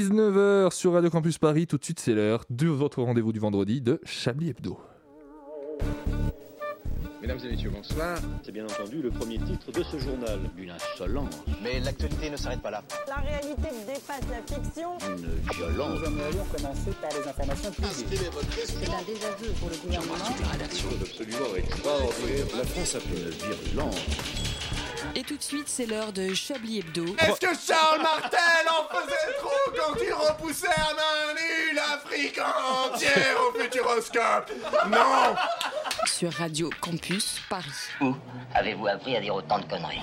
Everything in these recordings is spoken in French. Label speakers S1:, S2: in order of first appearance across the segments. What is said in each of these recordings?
S1: 19h sur Radio Campus Paris, tout de suite c'est l'heure de votre rendez-vous du vendredi de Chablis Hebdo.
S2: Mesdames et messieurs, bonsoir.
S3: C'est bien entendu le premier titre de ce journal. Une insolence,
S4: Mais l'actualité ne s'arrête pas là.
S5: La réalité dépasse la fiction.
S3: une violence.
S6: C'est un désaveu pour le gouvernement.
S7: Ah, Et tout de suite, c'est l'heure de Chablis Hebdo.
S8: Est-ce que Charles Martel en faisait trop quand il repoussait à main nue l'Afrique entière au futuroscope Non
S7: sur Radio Campus Paris.
S4: Où avez-vous appris à dire autant de conneries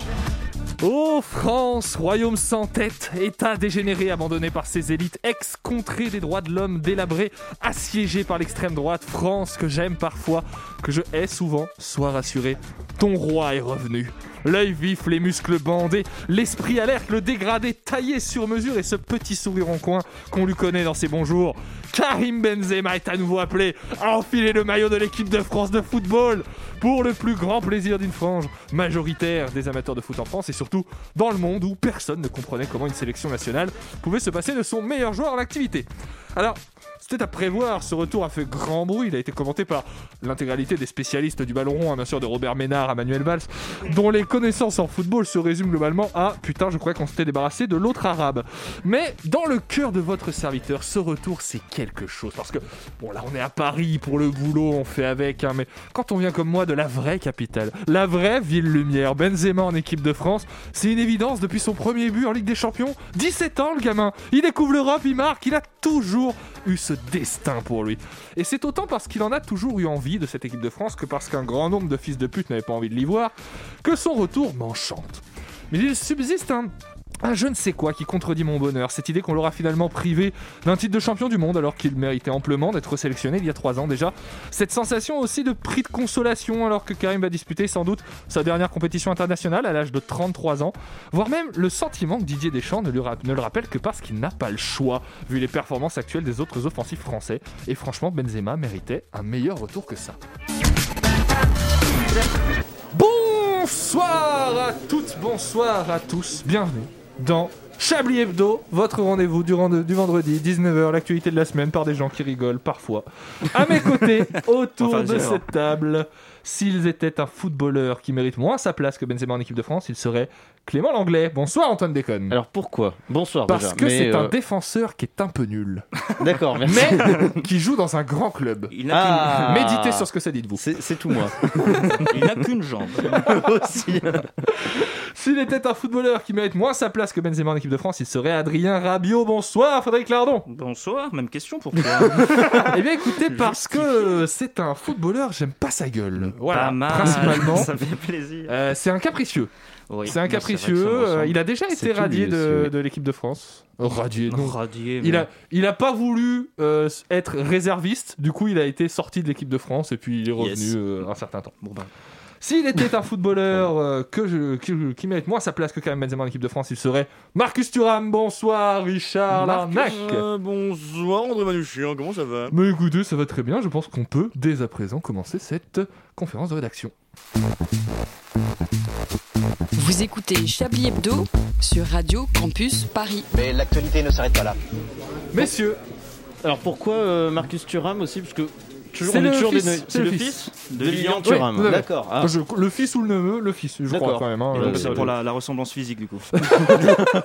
S1: Oh France, royaume sans tête, État dégénéré, abandonné par ses élites, ex-contrée des droits de l'homme, délabré, assiégé par l'extrême droite, France que j'aime parfois, que je hais souvent, sois rassuré, ton roi est revenu. L'œil vif, les muscles bandés, l'esprit alerte, le dégradé taillé sur mesure et ce petit sourire en coin qu'on lui connaît dans ses bons jours. Karim Benzema est à nouveau appelé à enfiler le maillot de l'équipe de France de football pour le plus grand plaisir d'une frange majoritaire des amateurs de foot en France et surtout dans le monde où personne ne comprenait comment une sélection nationale pouvait se passer de son meilleur joueur en activité. Alors, c'était à prévoir, ce retour a fait grand bruit, il a été commenté par l'intégralité des spécialistes du ballon rond, hein, bien sûr de Robert Ménard à Manuel Valls, dont les connaissances en football se résument globalement à « putain, je croyais qu'on s'était débarrassé de l'autre arabe ». Mais dans le cœur de votre serviteur, ce retour, c'est quelque chose, parce que, bon là, on est à Paris pour le boulot, on fait avec, hein, mais quand on vient comme moi de la vraie capitale, la vraie ville lumière, Benzema en équipe de France, c'est une évidence depuis son premier but en Ligue des Champions. 17 ans le gamin, il découvre l'Europe, il marque, il a toujours eu ce destin pour lui. Et c'est autant parce qu'il en a toujours eu envie de cette équipe de France que parce qu'un grand nombre de fils de pute n'avaient pas envie de l'y voir, que son retour m'enchante. Mais il subsiste un, un je ne sais quoi qui contredit mon bonheur, cette idée qu'on l'aura finalement privé d'un titre de champion du monde alors qu'il méritait amplement d'être sélectionné il y a trois ans déjà. Cette sensation aussi de prix de consolation alors que Karim va disputer sans doute sa dernière compétition internationale à l'âge de 33 ans, voire même le sentiment que Didier Deschamps ne, lui rap- ne le rappelle que parce qu'il n'a pas le choix, vu les performances actuelles des autres offensifs français. Et franchement, Benzema méritait un meilleur retour que ça. Bonsoir à toutes, bonsoir à tous, bienvenue dans Chablis Hebdo, votre rendez-vous du, rende- du vendredi 19h, l'actualité de la semaine par des gens qui rigolent parfois. À mes côtés, autour
S9: Enfin,
S1: de
S9: j'adore.
S1: cette table, s'ils étaient un footballeur qui mérite moins sa place que Benzema en équipe de France, il serait Clément Langlais. Bonsoir Antoine Déconne.
S9: Alors pourquoi Bonsoir
S1: Parce
S9: déjà,
S1: que
S9: mais,
S1: c'est un
S9: euh,
S1: défenseur qui est un peu nul,
S9: D'accord, merci.
S1: mais qui joue dans un grand club.
S10: Il n'a
S9: Ah.
S1: Méditez sur ce que ça dit de vous.
S9: C'est c'est tout moi.
S10: qu'une- il n'a qu'une jambe.
S9: Aussi.
S1: S'il était un footballeur qui mérite moins sa place que Benzema en équipe de France, il serait Adrien Rabiot. Bonsoir, Frédéric Lardon.
S10: Bonsoir, même question pour toi.
S1: Eh bien, écoutez, parce que euh, c'est un footballeur, j'aime pas sa gueule. Voilà,
S10: Pas mal,
S1: principalement.
S10: Ça fait plaisir.
S1: Euh, c'est un capricieux.
S10: Oui,
S1: c'est un
S10: bon, vrai que ça
S1: capricieux.
S10: me
S1: euh,
S10: ressemble.
S1: il a déjà
S9: C'est
S1: été
S9: tout
S1: radié
S9: lui aussi,
S1: de,
S9: oui.
S1: de l'équipe de France. Radié, non.
S10: Radié,
S1: Il
S10: mais-
S1: a, il a pas voulu euh, être réserviste. Du coup, il a été sorti de l'équipe de France et puis il est revenu
S10: Yes.
S1: euh, un certain temps.
S10: Bon, ben,
S1: S'il était un footballeur euh, que je, qui, qui mérite moins sa place que Karim Benzema en équipe de France, il serait Marcus Thuram. Bonsoir, Richard Larnac.
S2: Euh,
S8: Bonsoir André
S2: hein,
S8: Manouchian, comment ça va
S1: Mais écoutez, ça va très bien. Je pense qu'on peut dès à présent commencer cette conférence de rédaction.
S7: Vous écoutez Chablis Hebdo sur Radio Campus Paris.
S4: Mais l'actualité ne s'arrête pas là.
S1: Messieurs,
S9: Alors pourquoi euh, Marcus Thuram aussi Parce que toujours,
S1: C'est
S9: on est
S1: le
S9: toujours
S1: fils,
S9: des
S1: c'est
S9: no- c'est le
S1: le fils.
S9: fils de Lilian
S1: tout à fait.
S9: Thuram. D'accord. Ah.
S1: je- le fils ou le neveu, le fils, je crois
S9: D'accord.
S1: quand même. hein.
S9: Et
S1: Euh,
S9: donc,
S10: c'est pour la, la ressemblance physique du coup.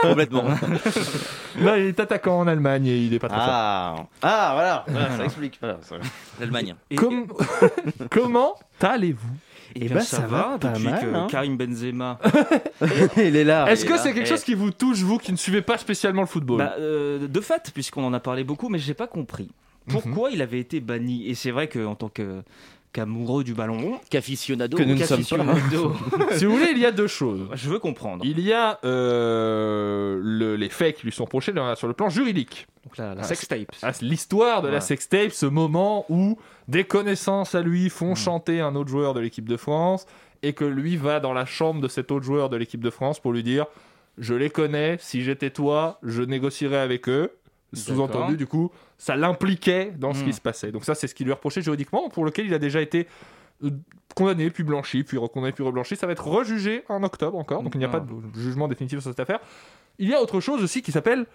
S9: Complètement.
S1: Là, il est attaquant en Allemagne et il est pas très fort.
S9: Ah. Ah voilà. Voilà, Ça explique. Voilà, ça-
S10: L'Allemagne. Et,
S1: Comme- Comment allez-vous
S10: et, et
S9: Eh
S10: bien,
S9: ben,
S10: ça, va,
S9: ça va, pas
S10: depuis
S9: mal,
S10: que
S9: hein.
S10: Karim Benzema.
S9: Il est là.
S1: Est-ce
S10: et
S1: que
S10: là,
S1: c'est quelque
S10: eh.
S1: chose qui vous touche, vous qui ne suivez pas spécialement le football
S10: Bah, euh, de fait, puisqu'on en a parlé beaucoup, mais j'ai pas compris
S1: Mhm.
S10: pourquoi il avait été banni. Et c'est vrai qu'en tant que qu'amoureux du ballon rond,
S9: Qu'aficionado. Que nous ne sommes pas.
S10: qu'aficionado,
S1: Si vous voulez, il y a deux choses.
S10: je veux comprendre.
S1: Il y a euh, le- les faits qui lui sont reprochés dans- sur le plan juridique.
S10: Donc la, la sextape.
S1: Ah, c'est L'histoire de la
S10: Ouais.
S1: sextape, ce moment où des connaissances à lui font
S10: Hmm.
S1: chanter un autre joueur de l'équipe de France et que lui va dans la chambre de cet autre joueur de l'équipe de France pour lui dire Je les connais, si j'étais toi, je négocierais avec eux. Sous-entendu,
S10: D'accord.
S1: du coup, ça l'impliquait dans ce
S10: Mm.
S1: qui se passait. Donc, ça, c'est ce qui lui est reproché juridiquement, pour lequel il a déjà été euh, condamné, puis blanchi, puis recondamné, puis reblanchi. Ça va être rejugé
S9: Ah.
S1: en octobre encore, donc il n'y a pas de jugement définitif sur cette affaire. Il y a autre chose aussi qui s'appelle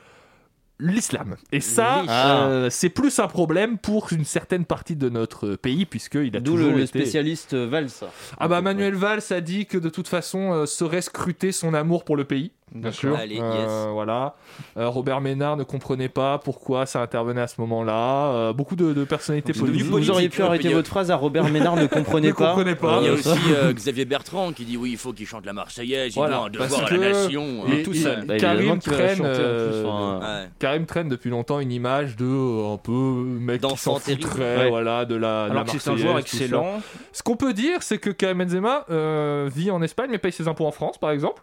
S1: l'islam. Et ça,
S9: Ah.
S1: euh, c'est plus un problème pour une certaine partie de notre pays, puisqu'il a
S9: D'où
S1: toujours
S9: le, le
S1: été...
S9: spécialiste euh, Valls.
S1: Ah bah Manuel Valls a dit que de toute façon euh, serait scruté son amour pour le pays.
S2: Bah,
S1: Bien sûr.
S10: Allez,
S1: Euh,
S10: yes.
S1: Voilà. Euh, Robert Ménard ne comprenait pas pourquoi ça intervenait à ce moment-là. Euh, beaucoup de, de personnalités
S2: C'est devenu
S1: politiques.
S9: Vous
S2: politique,
S9: auriez pu
S2: ouais,
S9: arrêter
S2: puis,
S9: votre phrase à Robert Ménard ne comprenait
S1: Ne
S9: pas.
S1: comprenait pas.
S2: Il y a
S9: Euh,
S2: aussi euh, Xavier Bertrand qui dit oui, il faut qu'il chante la Marseillaise, il
S1: Voilà,
S2: doit en
S1: parce
S2: devoir à
S1: que
S2: la nation.
S1: il-
S2: hein,
S1: il-
S2: tout ça.
S1: il-
S9: bah,
S1: Karim
S9: évidemment qu'il va
S1: traîne,
S9: chanter en plus,
S1: euh,
S9: enfin, euh,
S2: Ouais.
S1: Karim traîne depuis longtemps une image de euh, un peu euh, mec qui
S10: D'enfant
S1: s'en
S10: terrible.
S1: foutrait,
S9: Ouais.
S1: voilà, de la. de la
S10: Alors que c'est un
S1: Marseillaise,
S10: joueur
S1: Ah, tout ça.
S10: excellent.
S1: Ce qu'on peut dire, c'est que Karim Benzema euh, vit en Espagne mais paye ses impôts en France, par exemple.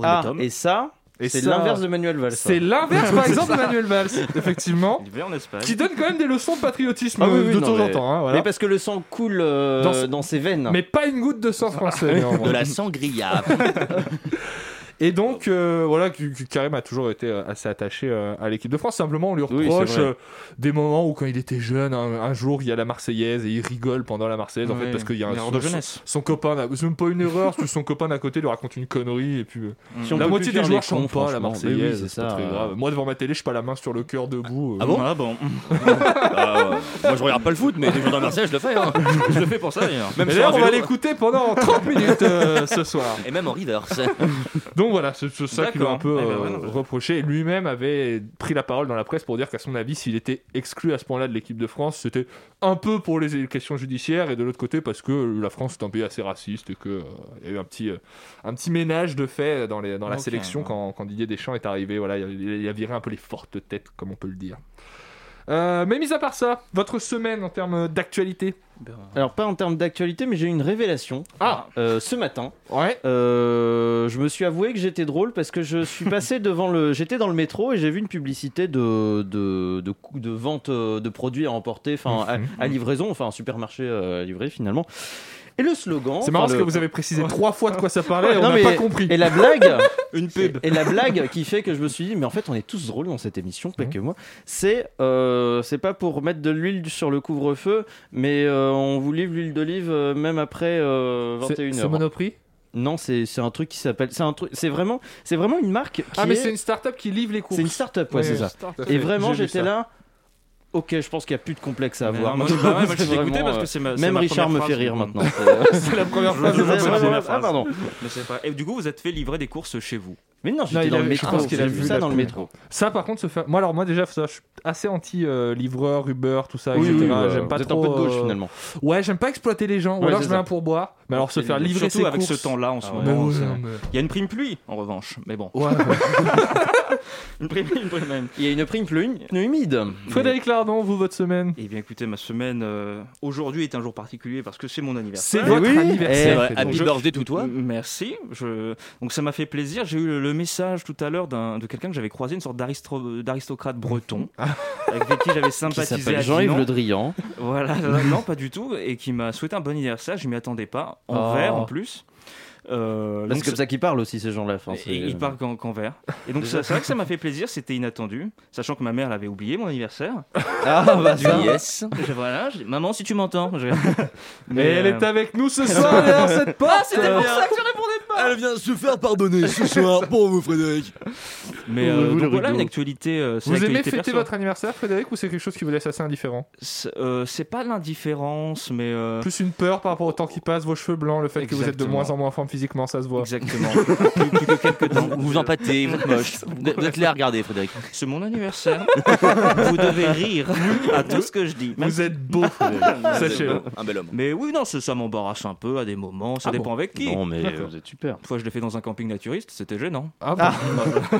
S9: Ah,
S10: Honnête homme.
S9: et ça,
S1: Et
S9: c'est
S1: ça-
S9: l'inverse de Manuel Valls.
S1: C'est l'inverse, par exemple, de Manuel Valls, effectivement.
S10: Il va en Espagne.
S1: qui donne quand même des leçons de patriotisme
S9: Ah oui, oui,
S1: de
S9: non,
S1: temps en
S9: mais-
S1: temps. hein, voilà.
S9: Mais
S1: mais,
S9: parce que le sang coule euh,
S1: Dans ce-
S9: dans ses veines.
S1: pas une goutte de sang français. néanmoins.
S2: De la sangria.
S1: Et donc, euh, voilà, que- que Karim a toujours été euh, assez attaché euh, à l'équipe de France. Simplement, on lui
S9: Oui,
S1: reproche
S9: c'est vrai.
S1: euh, des moments où, quand il était jeune, un, un jour, il y a la Marseillaise et il rigole pendant la Marseillaise, en fait,
S10: Ouais,
S1: parce qu'il y a un
S10: une erreur de jeunesse.
S1: Son copain, n'a- c'est même pas une erreur, parce que son copain d'à côté lui raconte une connerie et puis euh,
S9: Si on
S1: la
S9: peut
S1: moitié
S9: plus faire
S1: des joueurs
S9: les cons,
S1: chantent pas la
S9: franchement. Mais oui,
S1: Marseillaise,
S9: c'est
S1: c'est pas
S9: ça,
S1: très
S9: euh.
S1: grave. Moi devant ma télé, je pas la main sur le cœur debout. euh,
S2: Ah bon
S10: Ah bon
S2: Ah, ouais. moi je regarde pas le foot, mais des jours dans Marseille, je le fais. hein.
S10: Je le fais pour ça d'ailleurs.
S1: Mais
S2: Même sur un
S1: d'ailleurs, on va
S2: vélo.
S1: l'écouter pendant 30 minutes euh, ce soir.
S2: Et même en reverse.
S1: Donc voilà, c'est c'est ça qu'il a un
S10: D'accord.
S1: peu
S10: Eh ben,
S1: euh,
S10: ouais, non, je-
S1: reproché. Et Lui-même avait pris la parole dans la presse pour dire qu'à son avis, s'il était exclu à ce point-là de l'équipe de France, c'était un peu pour les questions judiciaires et de l'autre côté parce que la France est un pays assez raciste et qu'il y a eu un petit, euh, un petit ménage de fait dans, les, dans la
S10: Ok,
S1: sélection
S10: ouais.
S1: quand, quand Didier Deschamps est arrivé. Voilà, il, a- il a viré un peu les fortes têtes, comme on peut le dire. Euh, mais mis à part ça, votre semaine en termes d'actualité
S9: Ben, euh, Alors pas en termes d'actualité, mais j'ai eu une révélation
S1: Ah
S9: euh, ce matin.
S1: Ouais
S9: Euh, je me suis avoué que j'étais drôle parce que je suis passé devant le, j'étais dans le métro et j'ai vu une publicité de de, de, cou- de vente euh, de produits à emporter, enfin à-
S1: Mhm.
S9: à, livraison, enfin un supermarché euh, à livrer finalement. Et le slogan.
S1: C'est marrant
S9: enfin,
S1: parce
S9: le-
S1: que vous avez précisé trois fois de quoi ça parlait et on
S9: Non,
S1: n'a
S9: mais-
S1: pas compris.
S9: Et la blague.
S10: Une pub.
S9: Et la blague qui fait que je me suis dit, mais en fait, on est tous drôles dans cette émission,
S1: Mmh.
S9: pas que moi. C'est, euh, c'est pas pour mettre de l'huile sur le couvre-feu, mais euh, on vous livre l'huile d'olive euh, même après euh,
S1: C'est-
S9: 21
S1: C'est
S9: h
S1: Monoprix
S9: Non, c'est, c'est un truc qui s'appelle, c'est un truc, c'est vraiment, c'est vraiment une marque qui
S1: Ah, mais
S9: est-
S1: c'est une start-up qui livre les courses.
S9: c'est une start-up, ouais, c'est ça. Et vraiment, j'étais là. Ok, je pense qu'il n'y a plus de complexe à avoir.
S10: Moi je bah ouais, moi, je
S9: C'est
S10: suis dégoûté
S9: vraiment,
S10: parce
S9: euh,
S10: que c'est ma. c'est
S9: Même
S10: ma
S9: Richard me
S10: première
S9: fait
S10: phrase.
S9: rire maintenant.
S1: C'est la première
S10: Je-
S1: fois
S10: je-
S1: de
S10: je-
S1: votre
S10: je-
S1: semaine.
S10: ma
S9: Ah
S10: phrase.
S9: pardon.
S10: Mais c'est pas- Et du coup, vous êtes fait livrer des courses chez vous.
S9: Mais non, j'étais
S1: il
S9: dans le
S1: avait- je
S9: métro.
S1: pense qu'il
S9: j'ai
S1: a
S9: vu
S1: vu
S9: ça
S1: la
S9: dans le
S1: pub.
S9: métro.
S1: Ça, par contre, se faire. Moi, alors, moi, déjà, ça, je suis assez anti-livreur, Uber, tout ça,
S9: Oui,
S1: etc.
S9: oui, oui,
S1: j'aime pas
S9: vous êtes
S1: trop.
S9: un peu de gauche
S1: euh,
S9: finalement.
S1: Ouais, j'aime pas exploiter les gens. Ou
S9: Ouais,
S1: alors,
S9: c'est
S1: je mets
S9: ça.
S1: un pourboire. Mais alors, se faire livrer
S10: Surtout
S1: ses
S10: avec
S1: courses.
S10: ce temps-là en ce
S9: Ah ouais.
S1: Mais
S10: moment.
S1: ouais,
S10: c'est-
S1: mais-
S10: Il y a une prime pluie en revanche, mais bon.
S1: Ouais, ouais.
S10: Une prime, une prime même.
S9: Il y a une prime plus une humide.
S1: Frédéric Lardon, vous, votre semaine
S10: Eh bien écoutez, ma semaine euh, aujourd'hui est un jour particulier parce que c'est mon anniversaire.
S1: C'est
S9: Eh
S1: votre
S9: oui,
S2: C'est
S9: eh,
S1: anniversaire.
S2: vrai.
S1: Frédéric.
S2: Happy
S10: je-
S2: birthday tout toi.
S10: M- Merci. Je... Donc ça m'a fait plaisir. J'ai eu le, le message tout à l'heure d'un- de quelqu'un que j'avais croisé, une sorte d'aristro- d'aristocrate breton,
S1: Ah.
S10: avec qui j'avais
S9: Qui
S10: sympathisé à
S9: s'appelle Jean-Yves
S10: Dinan.
S9: Le Drian.
S10: Voilà, non, pas du tout, et qui m'a souhaité un bon anniversaire. Je m'y attendais pas, en
S9: Oh.
S10: verre en plus. Euh,
S9: Là,
S10: donc
S9: c'est comme
S10: ça-
S9: ça qu'ils parlent aussi, ces gens-là. Enfin, c'est-
S10: et il parle qu'en qu'en verre. Et donc, ça- c'est vrai que ça m'a fait plaisir, c'était inattendu, sachant que ma mère l'avait oublié, mon anniversaire.
S9: Ah, bah ça.
S2: Yes.
S10: Je- voilà, je dis, maman, si tu m'entends. je-
S1: Mais elle
S10: euh,
S1: est avec nous ce soir derrière
S9: Ah,
S1: cette porte.
S10: que tu répondais pas
S2: Elle vient se faire pardonner ce soir pour vous, Frédéric.
S10: Mais
S9: Vous,
S10: euh,
S9: vous, le
S10: donc voilà,
S9: rigolo.
S10: une actualité. euh, c'est
S1: Vous
S10: l'actualité
S1: aimez fêter
S10: perso.
S1: votre anniversaire, Frédéric, ou c'est quelque chose qui vous laisse assez indifférent
S10: C'est euh, c'est pas l'indifférence, mais. euh,
S1: Plus une peur par rapport au temps qui passe, vos cheveux blancs, le fait que vous êtes de
S10: Exactement.
S1: moins en moins en forme physiquement, ça se voit.
S10: Exactement. Plus- plus que quelques temps.
S2: Vous vous empâtez, vous êtes moche. Vous vous êtes là à regarder, Frédéric.
S10: C'est mon anniversaire. vous devez rire à tout ce que je dis. même
S1: Vous êtes beau, sachez-le.
S2: Un bel homme.
S10: Mais oui, non, ça, ça m'embarrasse un peu à des moments. Ça
S1: Ah
S10: dépend avec qui.
S9: Non, mais
S1: D'accord.
S9: vous êtes super.
S10: Une fois, je l'ai fait dans un camping naturiste, c'était gênant. Ah.
S1: Ah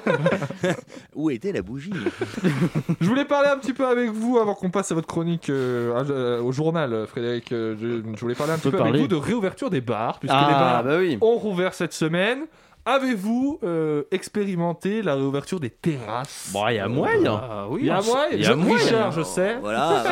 S1: bon.
S2: Où était la bougie
S1: Je voulais parler un petit peu avec vous avant qu'on passe à votre chronique euh, à- euh, au journal, euh, Frédéric. Euh, Je, je voulais parler un petit
S9: peut
S1: peu
S9: parler.
S1: avec vous de réouverture des bars, puisque les
S9: Ah,
S1: bars
S9: bah oui.
S1: ont rouvert cette semaine. Avez-vous euh, expérimenté la réouverture des terrasses
S9: Bon, il y a moyen.
S1: Ah oui,
S9: Il y a
S1: moi,
S9: il y a moyen.
S1: Richard, je sais.
S2: Voilà.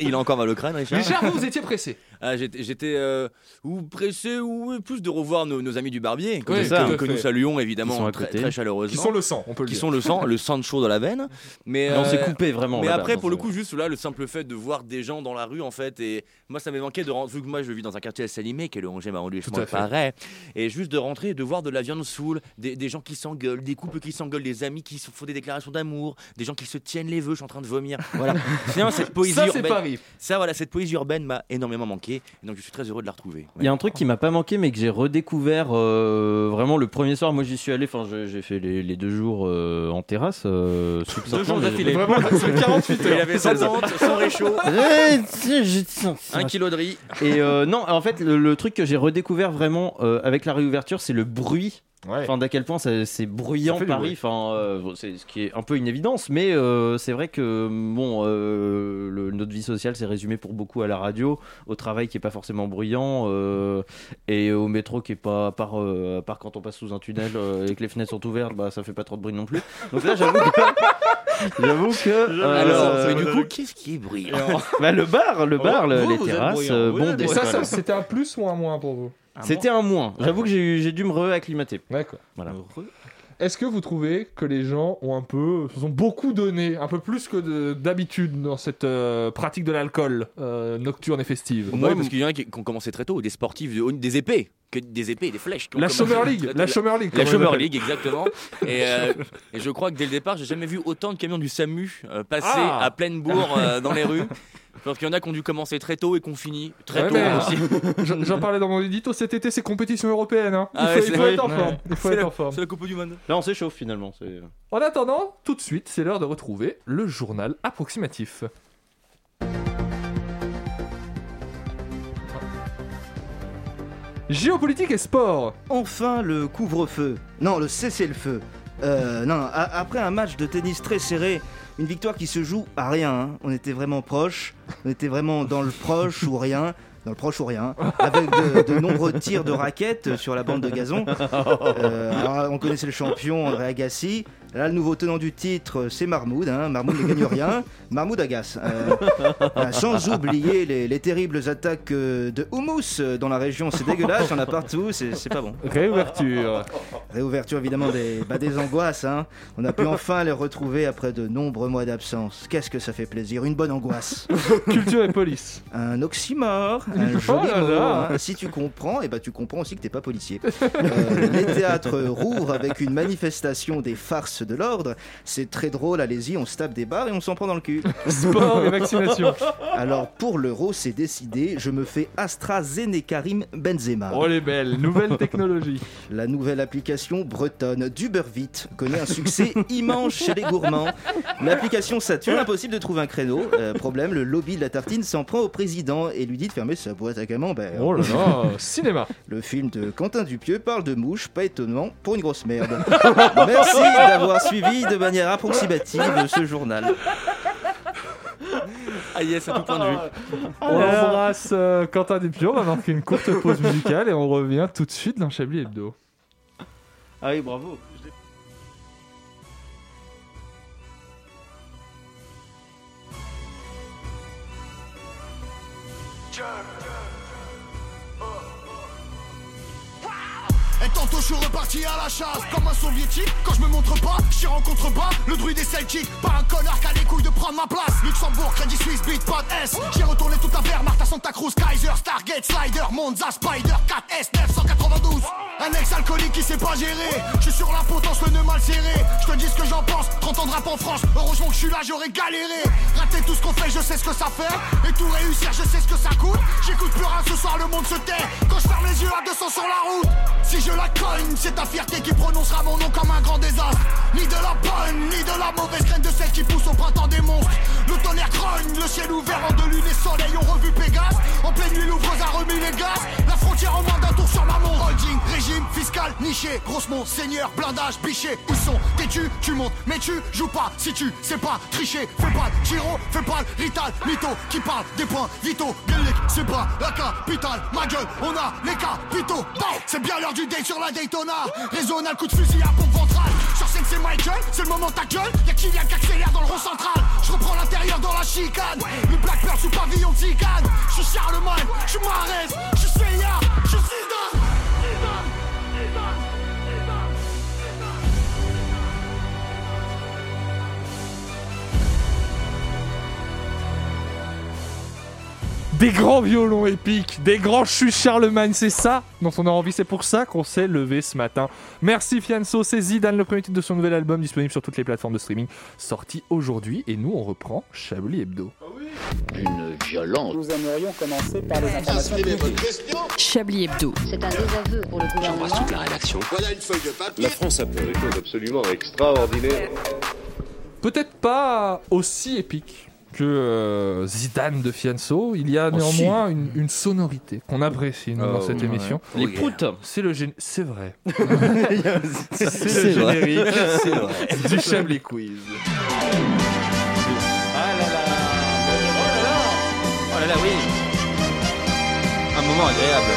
S2: Il a encore mal au crâne, Richard.
S1: Richard, vous, vous étiez pressé.
S2: Ah, j'étais j'étais, euh, ou pressé ou plus de revoir nos, nos amis du barbier que,
S1: Oui,
S2: que-
S1: tout à
S2: que
S1: fait.
S2: nous saluons évidemment
S9: Ils sont à
S2: très,
S9: côté.
S2: très
S1: Qui
S2: chaleureusement
S1: sont le sang, on peut le
S2: qui
S1: dire.
S2: sont le sang le sang de chaud dans la veine mais
S9: Non, c'est
S2: euh,
S9: coupé vraiment.
S2: mais
S9: là-bas.
S2: après,
S9: Non,
S2: pour
S9: c'est-
S2: le coup, juste là, le simple fait de voir des gens dans la rue, en fait, et moi, ça m'est manqué de rentrer, vu que moi, je vis dans un quartier à Salimé, qui est le 11e arrondissement
S1: Tout à
S2: de Paris, et juste de rentrer et de voir de la viande saoule, des, des gens qui s'engueulent, des couples qui s'engueulent, des amis qui se font des déclarations d'amour, des gens qui se tiennent les vœux, je suis en train de vomir. Voilà. Finalement, cette poésie
S1: Ça, c'est
S2: urbaine.
S1: Paris.
S2: Ça, voilà, cette poésie urbaine m'a énormément manqué, et donc je suis très heureux de la retrouver.
S9: Il y a un truc qui m'a pas manqué, mais que j'ai redécouvert euh, vraiment le premier soir. Moi, j'y suis allé. Enfin, je- j'ai fait les, les deux jours euh, en terrasse. euh,
S10: Deux
S9: subsortant,
S10: jours
S9: mais-
S10: d'affilée.
S1: Vraiment, c'est 48
S2: Il
S1: heures.
S2: avait 100 pentes, 100 réchauds,
S9: Eh, tiens, j'ai- tiens,
S2: 1
S9: tiens.
S2: kilo de riz.
S9: Et euh, non, en fait, le, le truc que j'ai redécouvert vraiment euh, avec la réouverture, c'est le bruit.
S1: Ouais.
S9: Enfin, d'à quel point ça- c'est bruyant
S1: Ça fait du
S9: Paris. Enfin, euh, bon, c'est ce qui est un peu une évidence, mais euh, c'est vrai que bon, euh, le- notre vie sociale s'est résumée pour beaucoup à la radio, au travail qui est pas forcément bruyant euh, et au métro qui est pas, à part, euh, à part quand on passe sous un tunnel euh, et que les fenêtres sont ouvertes, bah ça fait pas trop de bruit non plus. Donc là, j'avoue que, j'avoue que euh,
S2: Alors, mais du coup, qu'est-ce qui est brillant
S9: bah, le bar,
S1: Oh,
S9: le bar, le-
S10: vous,
S9: les
S10: vous êtes
S9: terrasses,
S10: bruyant.
S9: euh,
S10: Oui,
S9: bon,
S10: mais
S9: des
S1: Et ça, ça,
S9: sols.
S1: c'était un plus ou un moins pour vous
S2: Ah
S9: C'était un moins. J'avoue que j'ai eu- j'ai dû me réacclimater.
S1: D'accord.
S9: Voilà.
S1: Est-ce que vous trouvez que les gens ont un peu, se sont beaucoup donné, un peu plus que de- d'habitude dans cette euh, pratique de l'alcool euh, nocturne et festive
S2: Moi, Bah parce qu'il y en a qui, qui ont commencé très tôt, des sportifs, de haut- des épées, que des épées, des flèches. qui ont
S1: La
S2: commencé-
S1: Summer League, la Summer League.
S2: La
S1: comme on les
S2: Summer
S1: appelle.
S2: League, exactement. Et, euh, et je crois que dès le départ, j'ai jamais vu autant de camions du SAMU euh, passer
S1: Ah
S2: à pleine bourre euh, dans les rues. Parce qu'il y en a qui ont dû commencer très tôt et qu'on finit très
S1: Ouais,
S2: tôt
S1: mais-
S2: aussi.
S1: J'en j'en parlais dans mon édito cet été, c'est compétition européenne. hein. Il,
S2: Ah
S1: faut,
S2: ouais,
S1: il
S2: c'est-
S1: faut être en
S10: ouais.
S1: forme. Il faut
S2: C'est
S1: être
S2: le-
S1: en forme.
S2: C'est la Coupe du Monde.
S9: Là, on s'échauffe finalement. c'est-
S1: En attendant, tout de suite, c'est l'heure de retrouver le journal approximatif. Géopolitique et sport.
S11: Enfin le couvre-feu. Non, le cessez-le-feu. Euh, non, non, a- après un match de tennis très serré, une victoire qui se joue à rien. hein. On était vraiment proche. On était vraiment dans le proche ou rien. Dans le proche ou rien. Avec de, de nombreux tirs de raquettes sur la bande de gazon. Euh, alors, on connaissait le champion André Agassi. Là, le nouveau tenant du titre, c'est Marmoud. hein. Marmoud ne gagne rien. Marmoud agace. Euh, euh, sans oublier les, les terribles attaques euh, de houmous euh, dans la région. C'est dégueulasse, il y en a partout. C'est c'est pas bon.
S1: Réouverture.
S11: Réouverture évidemment des, bah, des angoisses. hein. On a pu enfin les retrouver après de nombreux mois d'absence. Qu'est-ce que ça fait plaisir, une bonne angoisse.
S1: Culture et police.
S11: Un oxymore, un joli
S1: Oh là
S11: mot,
S1: là.
S11: hein. Si tu comprends, et bah, tu comprends aussi que t'es pas policier. Euh, les théâtres rouvrent avec une manifestation des farces de l'ordre. C'est très drôle, allez-y, on se tape des bars et on s'en prend dans le cul.
S1: Sport et vaccination.
S11: Alors pour l'euro, c'est décidé, je me fais AstraZeneca Karim Benzema.
S1: Oh les belles, nouvelle technologie.
S11: La nouvelle application bretonne d'Ubervit connaît un succès immense chez les gourmands. L'application sature, impossible de trouver un créneau. Euh, problème, le lobby de la tartine s'en prend au président et lui dit de fermer sa boîte à camembert.
S1: Oh là là, cinéma.
S11: Le film de Quentin Dupieux parle de mouche, pas étonnant, pour une grosse merde. Merci d'avoir suivi de manière approximative ce journal.
S2: Ah yes, à tout point de vue.
S1: On embrasse euh, Quentin Dupieux, on va marquer une courte pause musicale et on revient tout de suite dans Chablis Hebdo.
S9: Ah oui, bravo.
S8: Et tantôt je suis reparti à la chasse comme un soviétique Quand je me montre pas, je tire en contrebas Le druide des Celtics, pas un connard qui a les couilles de prendre ma place Luxembourg, Crédit Suisse, beat, pas de S J'ai retourné toute la verre, Martha Santa Cruz, Kaiser, Stargate, Slider, Monza, Spider, 4S, 992 Un ex-alcoolique qui sait pas gérer Je suis sur la potence, le nœud mal serré Je te dis ce que j'en pense, 30 ans de rap en France Heureusement que je suis là, j'aurais galéré Rater tout ce qu'on fait, je sais ce que ça fait Et tout réussir, je sais ce que ça coûte J'écoute plus rien ce soir, le monde se tait Quand je ferme les yeux à 200 sur la route Si je la cogne, c'est ta fierté qui prononcera mon nom comme un grand désastre Ni de la bonne, ni de la mauvaise graine de celle qui pousse au printemps des monstres Le tonnerre grogne, le ciel ouvert en deux lunes et soleil ont revu Pégase En pleine nuit, l'ouvreuse a remis les glaces La frontière en moins d'un tour sur maman Holding, régime, fiscal, niché, grossement, seigneur, blindage, biché Où sont tes tu, tu montes, mais tu joues pas Si tu sais pas tricher, fais pas le giro, fais pas le rital Mytho qui parle des points vitaux Gueulec, c'est pas la capitale Ma gueule, on a les capitaux Bang C'est bien l'heure du date sur la Daytona Raisonnable, coup de fusil à pompe ventrale Sur scène c'est Michael, c'est le moment de ta gueule Y'a Kylian qui accélère dans le rond central Je reprends l'intérieur dans la chicane Le Black Pearl sous pavillon de Zidane Je suis Charlemagne, je suis Mahrez Je suis Seyard, je suis Zidane Zidane, Zidane, Zidane.
S1: Des grands violons épiques, des grands chus Charlemagne, c'est ça dont on a envie, c'est pour ça qu'on s'est levé ce matin. Merci Fianso, c'est Zidane, le premier titre de son nouvel album disponible sur toutes les plateformes de streaming, sorti aujourd'hui. Et nous, on reprend Chablis Hebdo.
S3: Une violence.
S4: Nous aimerions commencer par les
S7: informations Chablis Hebdo.
S6: C'est un désaveu pour le gouvernement.
S3: la rédaction.
S8: Voilà une feuille de papier.
S3: La France a fait des choses absolument extraordinaires.
S1: Peut-être pas aussi épique que euh, Zidane de Fianso, il y a néanmoins une, une sonorité qu'on apprécie nous, dans
S9: Oh,
S1: cette
S9: ouais.
S1: émission.
S9: Les proutes.
S1: C'est le gén- c'est vrai.
S9: C'est
S1: C'est le
S9: vrai.
S1: générique
S9: C'est vrai.
S1: du Chablis Quiz. Ah là là
S2: Oh là là, oui Un moment agréable.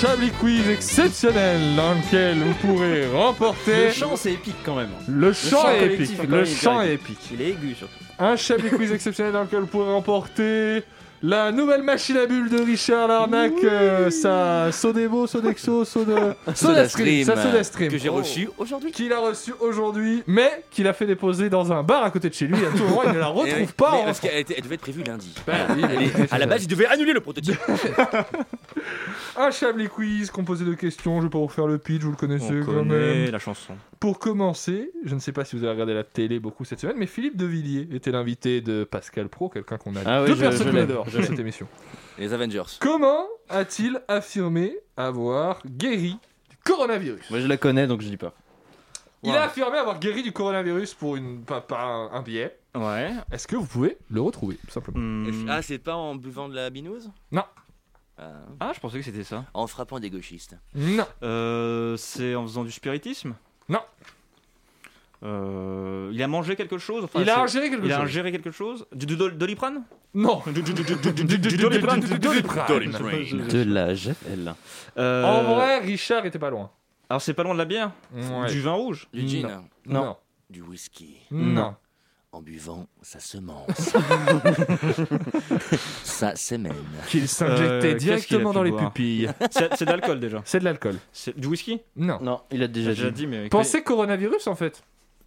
S1: Chablis Quiz exceptionnel dans lequel vous pourrez remporter
S9: Le chant, c'est épique quand même.
S1: Le chant
S9: chant
S1: est
S9: collectif,
S1: épique.
S9: quand
S1: Le
S9: même,
S1: chant
S9: direct.
S1: est épique.
S9: Il est aigu surtout.
S1: Un Chablis Quiz exceptionnel dans lequel vous pourrez remporter la nouvelle machine à bulles de Richard Larnac, euh, sa Sodebo, Sodexo, Soda, Sodastream, sa Sodastream.
S2: Que j'ai reçu aujourd'hui.
S1: Qu'il a Oh. reçu aujourd'hui, mais qu'il a fait déposer dans un bar à côté de chez lui. À tout moment, il ne la
S2: Eh
S1: retrouve
S2: oui,
S1: pas.
S2: mais
S1: en-
S2: Parce qu'elle était- elle devait être prévue lundi.
S1: Bah oui,
S2: Elle est- à la base, il devait annuler le prototype.
S1: Un Chablis Quiz composé de questions. Je vais pas vous faire le pitch, vous le connaissez
S10: On
S1: quand même.
S10: connaît la chanson.
S1: Pour commencer, je ne sais pas si vous avez regardé la télé beaucoup cette semaine, mais Philippe de Villiers était l'invité de Pascal Pro, quelqu'un qu'on a
S9: Ah oui,
S1: deux
S9: je-
S1: personnes
S9: je
S1: qu'on
S9: l'ai,
S1: adore
S9: je
S1: dans
S9: l'ai.
S1: cette émission.
S2: Les Avengers.
S1: Comment a-t-il affirmé avoir guéri du coronavirus
S9: Moi je la connais donc je dis pas.
S1: Il a affirmé avoir guéri du coronavirus pour une, par, par un, un billet.
S10: Ouais.
S1: Est-ce que vous pouvez le retrouver, tout simplement
S10: Hmm.
S2: Ah, c'est pas en buvant de la binouse
S1: Non.
S2: Ah,
S10: Ah, je pensais que c'était ça.
S2: en frappant des gauchistes.
S1: Non.
S10: Euh, c'est en faisant du spiritisme
S1: Non.
S10: Euh, il a mangé quelque chose enfin,
S1: il a
S10: c'est-
S1: ingéré quelque
S10: il a
S1: chose.
S10: ingéré quelque chose Du, du- dol- doliprane
S1: Non.
S10: Du- du- du- du- du- du- du- doliprane du- du-
S1: Doliprane.
S9: De la GFL.
S10: Euh,
S1: En vrai, Mm. Richard était pas loin.
S10: Alors c'est pas loin de la bière
S1: Ouais.
S10: Du vin rouge
S2: Du gin.
S1: Non.
S2: Du whisky.
S1: Non.
S2: En buvant, ça semence. ça s'émène.
S1: Qu'il s'injectait
S10: Euh, qu'est-ce qu'il a
S1: directement
S10: pu
S1: dans les
S10: boire
S1: pupilles.
S10: C'est c'est de l'alcool déjà.
S1: C'est de l'alcool.
S10: C'est du whisky
S1: Non.
S9: Non, il a déjà
S10: J'ai déjà dit
S9: dit.
S10: mais
S1: Pensez coronavirus en fait.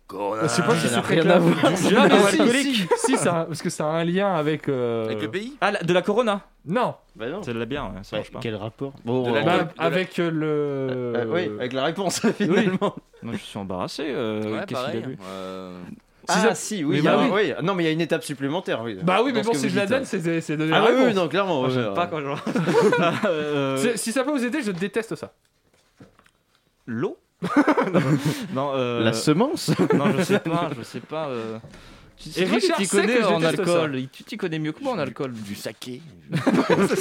S2: Corona.
S1: C'est pas si
S9: ça n'a
S1: c'est très
S9: rien
S1: clair.
S9: à voir.
S1: Du gin,
S9: Non,
S1: mais si,
S9: alcoolique.
S1: si, si, ça, parce que ça a un lien avec. euh,
S2: Avec le pays
S10: Ah, la- de la Corona
S1: Non,
S9: Bah non.
S10: C'est de la bière, ouais, ça marche pas.
S9: Quel rapport Bon,
S2: De la-
S9: euh,
S1: bah,
S2: de la-
S1: avec euh, le.
S10: Ah,
S9: euh, oui, avec la réponse finalement.
S10: Moi, je suis embarrassé. euh,
S2: Ouais,
S10: Qu'est-ce qu'il a
S2: pareil.
S10: bu
S2: Euh,
S9: Ah si, oui,
S1: Mais
S9: il y a-
S1: bah
S9: oui. Non, mais il y a une étape supplémentaire, oui.
S1: Bah oui,
S9: Dans
S1: mais
S9: ce
S1: bon,
S9: que
S1: si
S9: vous
S1: je la
S9: dites.
S1: donne, c'est c'est donner
S9: Ah
S1: la
S9: oui, oui,
S1: réponse.
S9: non, clairement.
S10: Moi,
S9: ouais,
S10: j'aime
S9: ouais.
S10: pas quand genre. Euh,
S1: C'est- Si ça peut vous aider, je déteste ça.
S10: L'eau Non, euh,
S9: La semence
S10: non, je sais pas, je sais pas. euh. Tu- c'est toi qui
S1: Richard
S10: t'y
S1: sait que
S10: connais
S1: je
S10: en
S1: déteste
S10: alcool. Tu t'y connais mieux que moi en alcool.
S2: Du saké.
S10: Je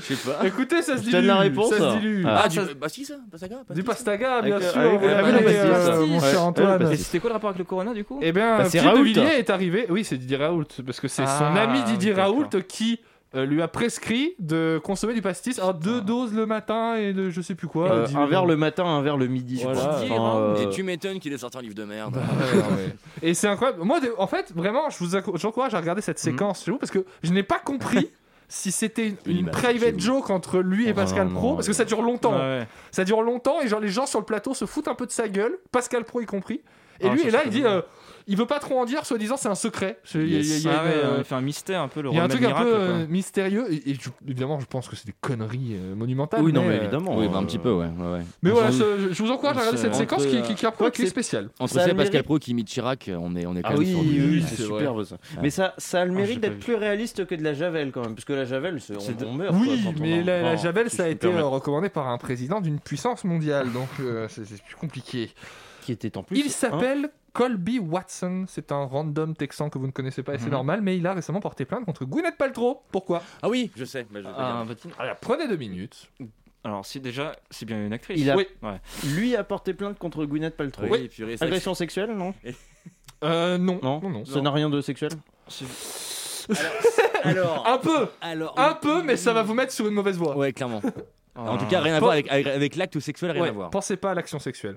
S10: sais pas.
S1: Écoutez, ça se
S9: Je
S1: dilue.
S9: donne la réponse,
S1: Ça se
S9: alors.
S1: dilue.
S9: Ah.
S2: Ah, du. Bah, si, ça. Pas saga.
S1: Du
S2: si, ça.
S1: pastaga,
S9: Avec,
S1: bien
S9: euh,
S1: sûr.
S9: avec
S1: vous
S9: la
S1: l'avez,
S9: pastis,
S1: euh,
S9: ça.
S1: mon
S9: Ouais,
S1: cher
S9: ouais, le
S1: Antoine.
S10: Et c'était quoi le rapport avec le corona du coup
S1: Eh bien,
S9: Bah, c'est
S1: Philippe de
S9: Raoult.
S1: Villiers est arrivé. Oui, c'est Didier Raoult, parce que c'est son
S10: Ah,
S1: ami Didier
S10: oui, d'accord.
S1: Raoult qui euh, lui a prescrit de consommer du pastis. Alors, deux doses le matin et de je sais plus quoi.
S9: Euh,
S1: Dis-
S9: Un verre le matin, un verre le midi, je
S1: Voilà.
S9: crois.
S1: Didier,
S9: Enfin,
S1: hein.
S9: euh,
S2: Et tu m'étonnes qu'il ait sorti un livre de merde.
S1: Bah. Et c'est incroyable. Moi, de- en fait, vraiment, je vous acco- j'encourage à regarder
S10: Mm.
S1: cette séquence chez vous parce que je n'ai pas compris si c'était une, une
S2: L'image,
S1: private
S2: c'est
S1: joke entre lui et
S9: Oh,
S1: Pascal
S9: non,
S1: Pro
S9: non,
S1: parce
S9: ouais.
S1: que ça dure longtemps.
S10: Ouais.
S1: Ça dure longtemps et genre les gens sur le plateau se foutent un peu de sa gueule, Pascal Pro y compris. Et
S10: Ah,
S1: lui
S10: ça,
S1: est là,
S10: c'est
S1: il dit,
S10: pas
S1: euh, il veut pas trop en dire, soi-disant c'est un secret. C'est- il y a- il y a- il y a
S10: Ah
S1: une,
S10: ouais,
S1: euh,
S10: il fait un mystère un peu le
S1: il y a un
S10: remède
S1: truc un peu
S10: miracle, quoi.
S1: euh, mystérieux et, et je- évidemment je pense que c'est des conneries euh, monumentales.
S9: Oui, non, mais
S1: euh,
S9: évidemment.
S2: Oui,
S9: euh,
S2: bah, un petit peu, ouais. ouais, ouais.
S1: Mais voilà,
S2: Entre-
S1: je, je vous encourage à regarder cette
S9: Entre-
S1: séquence qui, qui, qui est un peu- qui est spéciale.
S2: Entre
S9: Ça
S2: ça
S9: a
S2: et
S9: le
S2: Pascal
S9: mérite.
S2: Pro qui imite Chirac, on est, on est quand
S9: Ah
S2: même
S9: oui,
S2: sur
S9: oui,
S2: du-
S9: oui,
S1: Ah,
S9: c'est
S1: c'est
S9: superbe ça. Mais ça, ça a le
S10: Ah, j'ai
S9: mérite
S10: pas
S9: d'être
S10: vu.
S9: plus réaliste que de la javel quand même, parce que la javel, c'est- on, on meurt.
S1: Oui,
S9: quoi, quand on
S1: mais
S9: en-
S1: la, la
S9: enfin,
S1: Javel,
S9: si
S1: ça a
S9: je
S1: été
S9: peux me
S1: euh,
S9: permettre,
S1: recommandé par un président d'une puissance mondiale, donc euh, c'est c'est plus compliqué.
S9: Qui était en plus.
S1: Il
S9: hein,
S1: s'appelle Colby Watson, c'est un random texan que vous ne connaissez pas et c'est
S10: Mhm.
S1: normal, mais il a récemment porté plainte contre Gwyneth Paltrow. Pourquoi
S2: Ah oui, je sais. bah, je vais pas
S10: Ah,
S2: dire.
S10: bah, tiens.
S1: Alors prenez deux minutes.
S10: Alors, si déjà, c'est bien une actrice.
S9: Il a-
S1: Oui.
S10: Ouais.
S9: Lui a porté plainte contre Gwyneth Paltrow.
S2: oui,
S1: oui.
S2: purée, ça-
S9: Agression sexuelle, non
S1: Euh, non.
S9: Non,
S1: non, non.
S9: Ça n'a rien de sexuel
S2: Alors,
S1: Un peu,
S2: alors,
S1: un peu, mais ça va vous mettre sur une mauvaise voie.
S2: Ouais, clairement.
S10: Ah.
S2: En tout cas, rien à
S1: Pas-
S2: voir avec, avec, avec l'acte sexuel, rien
S1: Ouais,
S2: à voir.
S1: pensez pas à l'action sexuelle.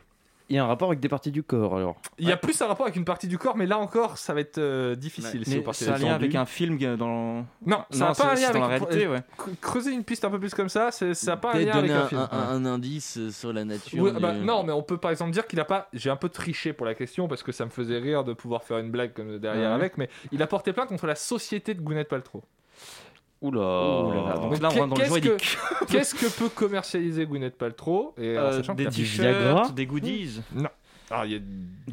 S9: il y a un rapport avec des parties du corps alors.
S10: Oh,
S1: Il y a plus un rapport avec une partie du corps, mais là encore, ça va être euh, difficile. si
S10: Mais
S1: vous partez
S10: ça a un lien
S1: là-dessus.
S10: avec un film qui est dans.
S1: Non, ça n'a
S10: c'est-
S1: pas un
S10: c'est
S1: lien avec.
S10: dans la réalité, ouais.
S1: Cre- Creuser une piste un peu plus comme ça, c'est- ça n'a pas un
S2: Peut-être
S1: lien avec
S2: donner
S1: un
S2: un,
S1: film.
S2: un- un indice sur la nature.
S1: Oui,
S2: du-
S1: bah, non, mais on peut par exemple dire qu'il a pas. J'ai un peu triché pour la question parce que ça me faisait rire de pouvoir faire une blague comme derrière
S10: Ouais.
S1: avec, mais il a porté plainte contre la société de Gwyneth Paltrow.
S10: Oula.
S9: là là.
S10: Donc là, on rentre dans le
S1: Qu'est-ce que-
S10: juridique.
S1: Qu'est-ce que peut commercialiser Gwyneth Paltrow Et alors,
S10: Euh,
S1: sachant
S10: Des
S1: que-
S9: du Viagra
S10: t-shirts, des goodies.
S1: Ah, il y a- il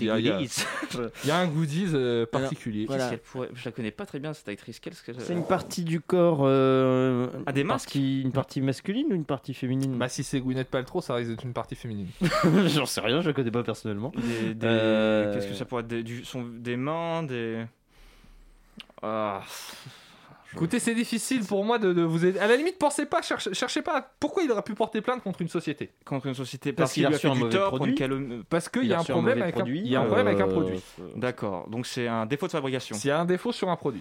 S10: Des
S1: y a- il y a-
S10: goodies.
S1: il y a un goodies euh, particulier.
S2: Voilà.
S10: Qu'est-ce qu'elle pourrait- Je la connais pas très bien cette actrice. Qu'est-ce que Oh.
S9: C'est une partie du corps. euh,
S10: Ah, des
S9: une
S10: masques
S9: partie- Une partie masculine ou une partie féminine
S1: Bah si c'est Gwyneth Paltrow, ça risque d'être une partie féminine.
S9: J'en sais rien, je la connais pas personnellement.
S10: Des- des-
S9: Euh,
S10: Qu'est-ce que ça pourrait être des, du- son- des mains, des. Ah.
S1: Écoutez, c'est difficile pour moi de, de vous aider. À la limite, pensez pas, cherchez, cherchez pas. à- Pourquoi il aurait pu porter plainte contre une société
S10: Contre une société
S9: Parce
S10: parce qu'il
S9: qu'il
S10: lui
S9: a
S10: a
S9: reçu
S10: fait
S9: un
S10: du
S9: mauvais
S10: tort pour
S9: produit.
S10: une calomnie.
S1: Parce qu'il y a un
S9: reçu
S1: problème
S9: mauvais
S1: avec
S9: produit,
S1: un, il y a un problème avec un
S9: euh,
S1: euh, produit.
S10: D'accord, donc c'est un défaut de fabrication.
S1: S'il y a un défaut sur un produit.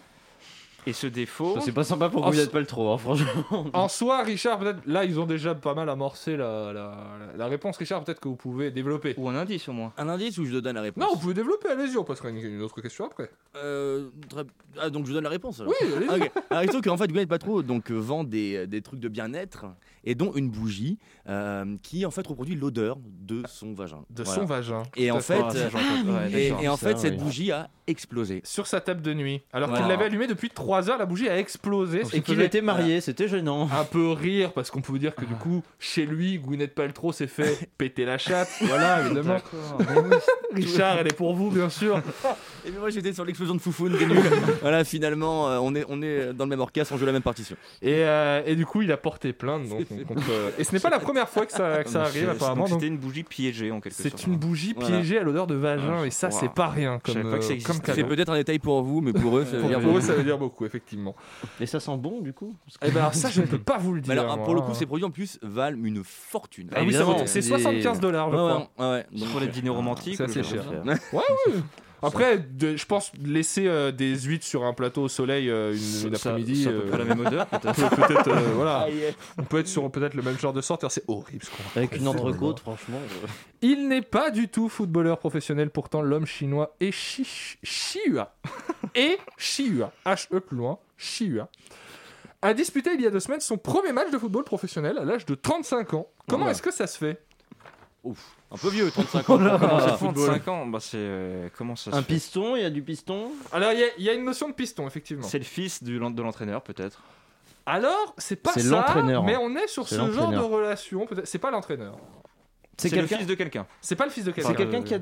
S10: Et ce défaut.
S9: Ça, C'est pas sympa pour
S1: En-
S9: vous d'être pas le trop, hein, franchement.
S1: En soi, Richard, peut-être là, ils ont déjà pas mal amorcé la, la- la réponse. Richard, peut-être que vous pouvez développer.
S10: Ou un indice au moins.
S2: Un indice ou je donne la réponse
S1: Non, vous pouvez développer, allez-y, on passera à une, une autre question après.
S2: Euh, très- Ah, donc je donne la réponse alors.
S1: Oui, allez-y.
S2: Ok. Alors, il se trouve qu'en fait, Gwyneth Paltrow donc, euh, vend des, des trucs de bien-être et dont une bougie euh, qui en fait reproduit l'odeur de son vagin.
S1: De
S2: Voilà.
S1: son vagin.
S2: Et en
S1: Tout à
S2: fait,
S1: fait. Ah,
S2: euh, et, et en fait, cette bougie a explosé.
S1: Sur sa table de nuit. Alors
S2: Voilà.
S1: qu'il l'avait allumée depuis 3 heures, la bougie a explosé. ce qui
S9: Et qu'il
S1: faisait
S9: était marié, c'était gênant.
S1: un peu rire parce qu'on peut dire que
S10: Ah.
S1: du coup chez lui Gwyneth Paltrow s'est fait Euh, péter la chatte voilà évidemment Richard elle est pour vous bien sûr
S2: Et puis moi, j'étais sur l'explosion de Foufoune, qui est nulle. voilà, finalement, euh, on, est, on est dans le même orchestre, on joue la même partition.
S1: et, euh, et du coup il a porté plainte donc, contre- euh, et ce n'est pas la première fois que ça, que ça
S10: Donc,
S1: arrive
S10: c'est-
S1: apparemment
S10: donc
S1: donc
S10: C'était une bougie piégée en quelque sorte.
S1: c'est une bougie
S2: Voilà. Ah,
S1: piégée à l'odeur de vagin
S10: Ouais,
S1: et ça
S10: wow.
S1: c'est pas rien
S10: Je
S1: comme,
S10: savais pas que ça
S1: euh, comme
S10: existait.
S2: C'est
S1: cadeau.
S2: peut-être un détail pour vous, mais pour eux, ça veut
S1: Pour
S2: dire
S1: eux, ça veut dire beaucoup effectivement
S9: Et ça sent bon, du coup Parce que-
S1: et ben alors ça je ne peux pas vous le
S2: Mais
S1: dire
S2: alors, ah, pour le coup,
S1: moi.
S2: ces produits en plus valent une fortune.
S1: Ah oui, ça
S9: Évidemment,
S1: vaut- c'est
S9: des-
S1: 75 dollars je
S2: Ouais,
S1: crois
S2: ouais, ouais, ouais.
S10: Pour
S2: Donc, euh,
S10: les dîners romantiques.
S1: c'est
S10: ou
S1: assez
S10: genre-
S1: cher. après de- je pense laisser euh, des huîles sur un plateau au soleil euh, une, une
S10: Ça-
S1: après-midi
S10: C'est à peu
S1: euh,
S10: près la même odeur.
S1: Peut- peut-être euh, voilà on peut être sur peut-être le même genre de sorteur c'est horrible ce qu'on raconte.
S9: Avec une entrecôte, franchement. euh,
S1: il n'est pas du tout footballeur professionnel pourtant l'homme chinois est Chi- Chihua et Chihua H E plus loin Chihua a disputé il y a deux semaines son premier match de football professionnel à l'âge de 35 ans comment
S2: Ouais.
S1: est-ce que ça se fait
S2: Un peu vieux, 35
S1: Oh
S2: ans.
S10: Comment ça,
S9: Ah,
S10: 35 ans, bah c'est euh, comment ça se
S9: Un
S10: fait
S9: piston, il y a du piston.
S1: alors il y a- il y, a une notion de piston effectivement
S10: C'est le fils du- de l'entraîneur peut-être.
S1: alors c'est pas
S9: C'est
S1: ça
S9: l'entraîneur,
S1: mais
S9: hein.
S1: on est sur
S9: C'est
S1: ce genre de
S9: l'entraîneur.
S1: relation peut-être- c'est pas l'entraîneur
S9: C'est
S10: le
S9: quelqu'un
S10: fils de quelqu'un.
S1: c'est pas le fils de quelqu'un
S9: c'est quelqu'un qui a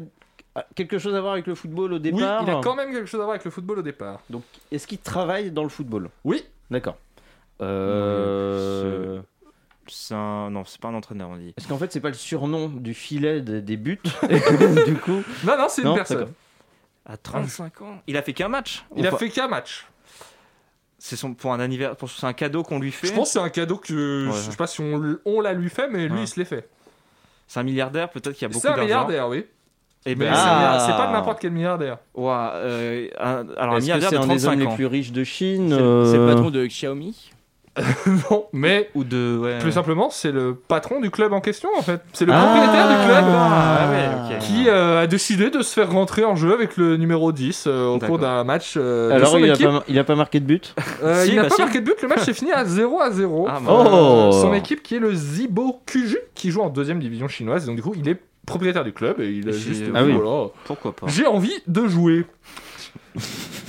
S9: a quelque chose à voir avec le football au
S1: oui, il
S9: départ.
S1: a quand même quelque chose à voir avec le football au départ.
S9: Donc, est-ce qu'il travaille dans le football
S1: Oui,
S9: D'accord. Euh,
S10: C'est un... Non, c'est pas un entraîneur, on dit.
S9: Est-ce qu'en fait, c'est pas le surnom du filet des, des buts Et que, Du coup,
S1: non, non, c'est une
S9: Non,
S1: personne.
S9: d'accord.
S1: Ah,
S10: À 35 ans Il a fait qu'un match
S1: Il a
S10: Enfin,
S1: fait qu'un match.
S10: C'est son... pour un anniversaire, pour... c'est un cadeau qu'on lui fait.
S1: Je pense que c'est un cadeau que
S10: Ouais.
S1: je sais pas si on, l- on l'a lui fait, mais lui
S10: Ouais.
S1: il se l'est fait.
S10: C'est un milliardaire peut-être qui a beaucoup
S1: C'est un
S10: d'argent.
S1: milliardaire, oui.
S10: Et
S1: Mais
S10: ben,
S1: c'est un
S9: Ah.
S1: milliardaire- c'est pas n'importe quel milliardaire.
S10: ouah, euh, un- alors un
S9: est-ce que
S10: milliardaire
S9: c'est
S10: de
S9: un des hommes
S10: 35
S9: les
S10: ans
S9: plus riches de Chine
S2: C'est c'est le
S9: euh,
S2: patron de Xiaomi.
S1: non, mais
S10: ou de ouais.
S1: plus simplement, c'est le patron du club en question en fait. C'est le
S9: Ah.
S1: propriétaire du club
S10: Ah ouais, ok.
S1: qui euh, a décidé de se faire rentrer en jeu avec le numéro 10 euh, au cours
S10: D'accord.
S1: d'un match euh, de
S9: Alors,
S1: son
S9: il a,
S1: équipe.
S9: pas, il a pas marqué de but
S1: Euh,
S10: Si,
S1: il n'a
S10: bah
S1: pas
S10: si.
S1: marqué de but, le match s'est fini à 0 à 0.
S10: Ah,
S9: Oh.
S1: Son équipe qui est le Zibo Kuju qui joue en deuxième division chinoise. Donc du coup, il est propriétaire du club et il a
S10: Et
S1: juste
S10: j'ai-
S1: dit,
S9: Ah oui.
S1: voilà,
S10: Pourquoi pas
S1: j'ai envie de jouer.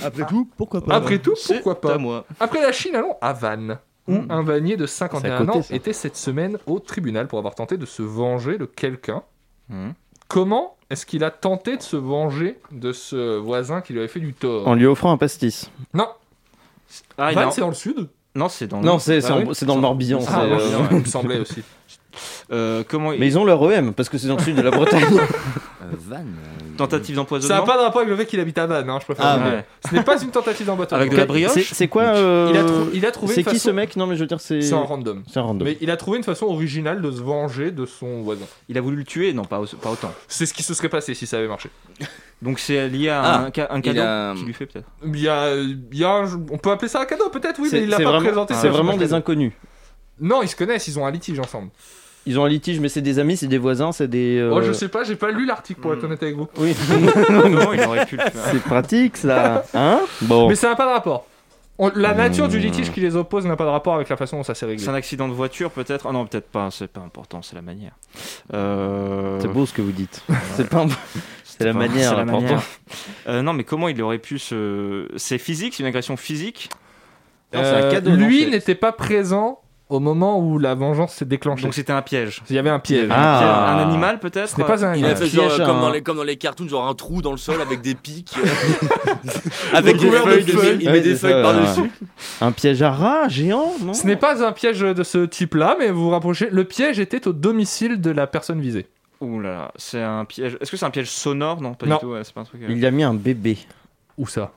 S11: Après tout, pourquoi pas
S1: Après tout,
S10: C'est
S1: pourquoi
S10: à
S1: pas
S10: moi.
S1: Après la Chine, allons à Vannes, où
S10: Hmm.
S1: un vannier de
S9: C'est
S1: 51
S9: à côté,
S1: ans
S9: ça.
S1: était cette semaine au tribunal pour avoir tenté de se venger de quelqu'un.
S10: Hmm.
S1: Comment est-ce qu'il a tenté de se venger de ce voisin qui lui avait fait du tort
S9: En lui offrant un pastis.
S1: Non,
S10: Ah, il a-
S1: Vannes, c'est dans le sud
S10: Non, c'est dans. Ah
S9: Non, c'est
S1: bah
S9: c'est en-
S1: oui.
S9: c'est dans le Morbihan. c'est,
S1: Ah,
S9: euh,
S1: bon, non, il me semblait aussi.
S10: Euh, comment
S9: Mais ils ont leur OM, parce que c'est dans le sud de la Bretagne.
S2: Euh, Van.
S10: tentative
S1: Ça n'a
S10: d'empoisonnement.
S1: pas de rapport avec le fait qu'il habite à Vannes, hein, je préfère.
S10: Ah,
S1: le dire.
S10: ouais.
S1: Ce n'est pas une tentative d'emboîtement.
S10: Avec de la brioche
S9: C'est- C'est quoi euh,
S1: Il a, trou- il a trouvé
S9: C'est
S1: une
S9: qui ce
S1: façon-
S9: mec Non, mais je veux dire, c'est.
S1: C'est un random.
S9: C'est un random.
S1: Mais il a trouvé une façon originale de se venger de son voisin.
S10: Il a voulu le tuer, non, pas, au- pas autant.
S1: C'est ce qui se serait passé si ça avait marché.
S10: Donc c'est lié à
S2: Ah,
S10: un, ca- un
S2: il
S10: cadeau
S2: a-
S10: qu'il lui fait peut-être.
S1: Il y a, il y a un- on peut appeler ça un cadeau peut-être, oui, mais
S9: C'est
S1: il l'a
S9: c'est
S1: pas
S9: vraiment,
S1: présenté.
S9: c'est
S1: ça,
S9: vraiment
S1: je
S9: des
S1: pense.
S9: inconnus.
S1: Non, ils se connaissent, ils ont un litige ensemble.
S9: Ils ont un litige, mais c'est des amis, c'est des voisins, c'est des. euh, hmm.
S1: Oh, je sais pas, j'ai pas lu l'article pour être honnête avec vous.
S9: Oui. C'est pratique ça. Hein Bon.
S1: Mais ça n'a pas de rapport. On- la nature du litige qui les oppose n'a pas de rapport avec la façon dont ça s'est réglé.
S10: Hmm. C'est un accident de voiture peut-être Ah non, peut-être pas, c'est pas important, c'est la manière. Euh,
S9: C'est beau ce que vous dites. C'est pas. un- C'est la
S10: pas-
S9: manière.
S10: c'est la
S9: l'important.
S10: manière. Euh, non, mais comment il aurait pu se. C'est physique, c'est une agression physique
S1: Euh, lui n'était pas présent au moment où la vengeance s'est déclenchée.
S10: Donc c'était un piège.
S1: Il y avait un piège.
S9: Ah.
S10: Un animal peut-être
S1: Ce n'est pas un
S2: Il a
S1: animal.
S2: fait
S9: piège,
S2: genre, euh, comme,
S9: hein.
S2: dans les, comme dans les cartoons, genre un trou dans le sol avec des pics, euh, avec des
S9: Recouvert
S2: feuilles,
S9: de
S2: il met-
S9: feuilles.
S2: il met
S9: Ouais,
S2: des
S9: c'est ça,
S2: feuilles par-dessus.
S9: ouais. Un piège à rat géant non
S1: Ce n'est pas un piège de ce type-là, mais vous vous rapprochez. Le piège était au domicile de la personne visée.
S10: Ouh là là, c'est un piège. Est-ce que c'est un piège sonore Non, pas
S1: Non.
S10: du tout. ouais, c'est pas un truc. euh,
S9: Il y a mis un bébé
S1: Où ça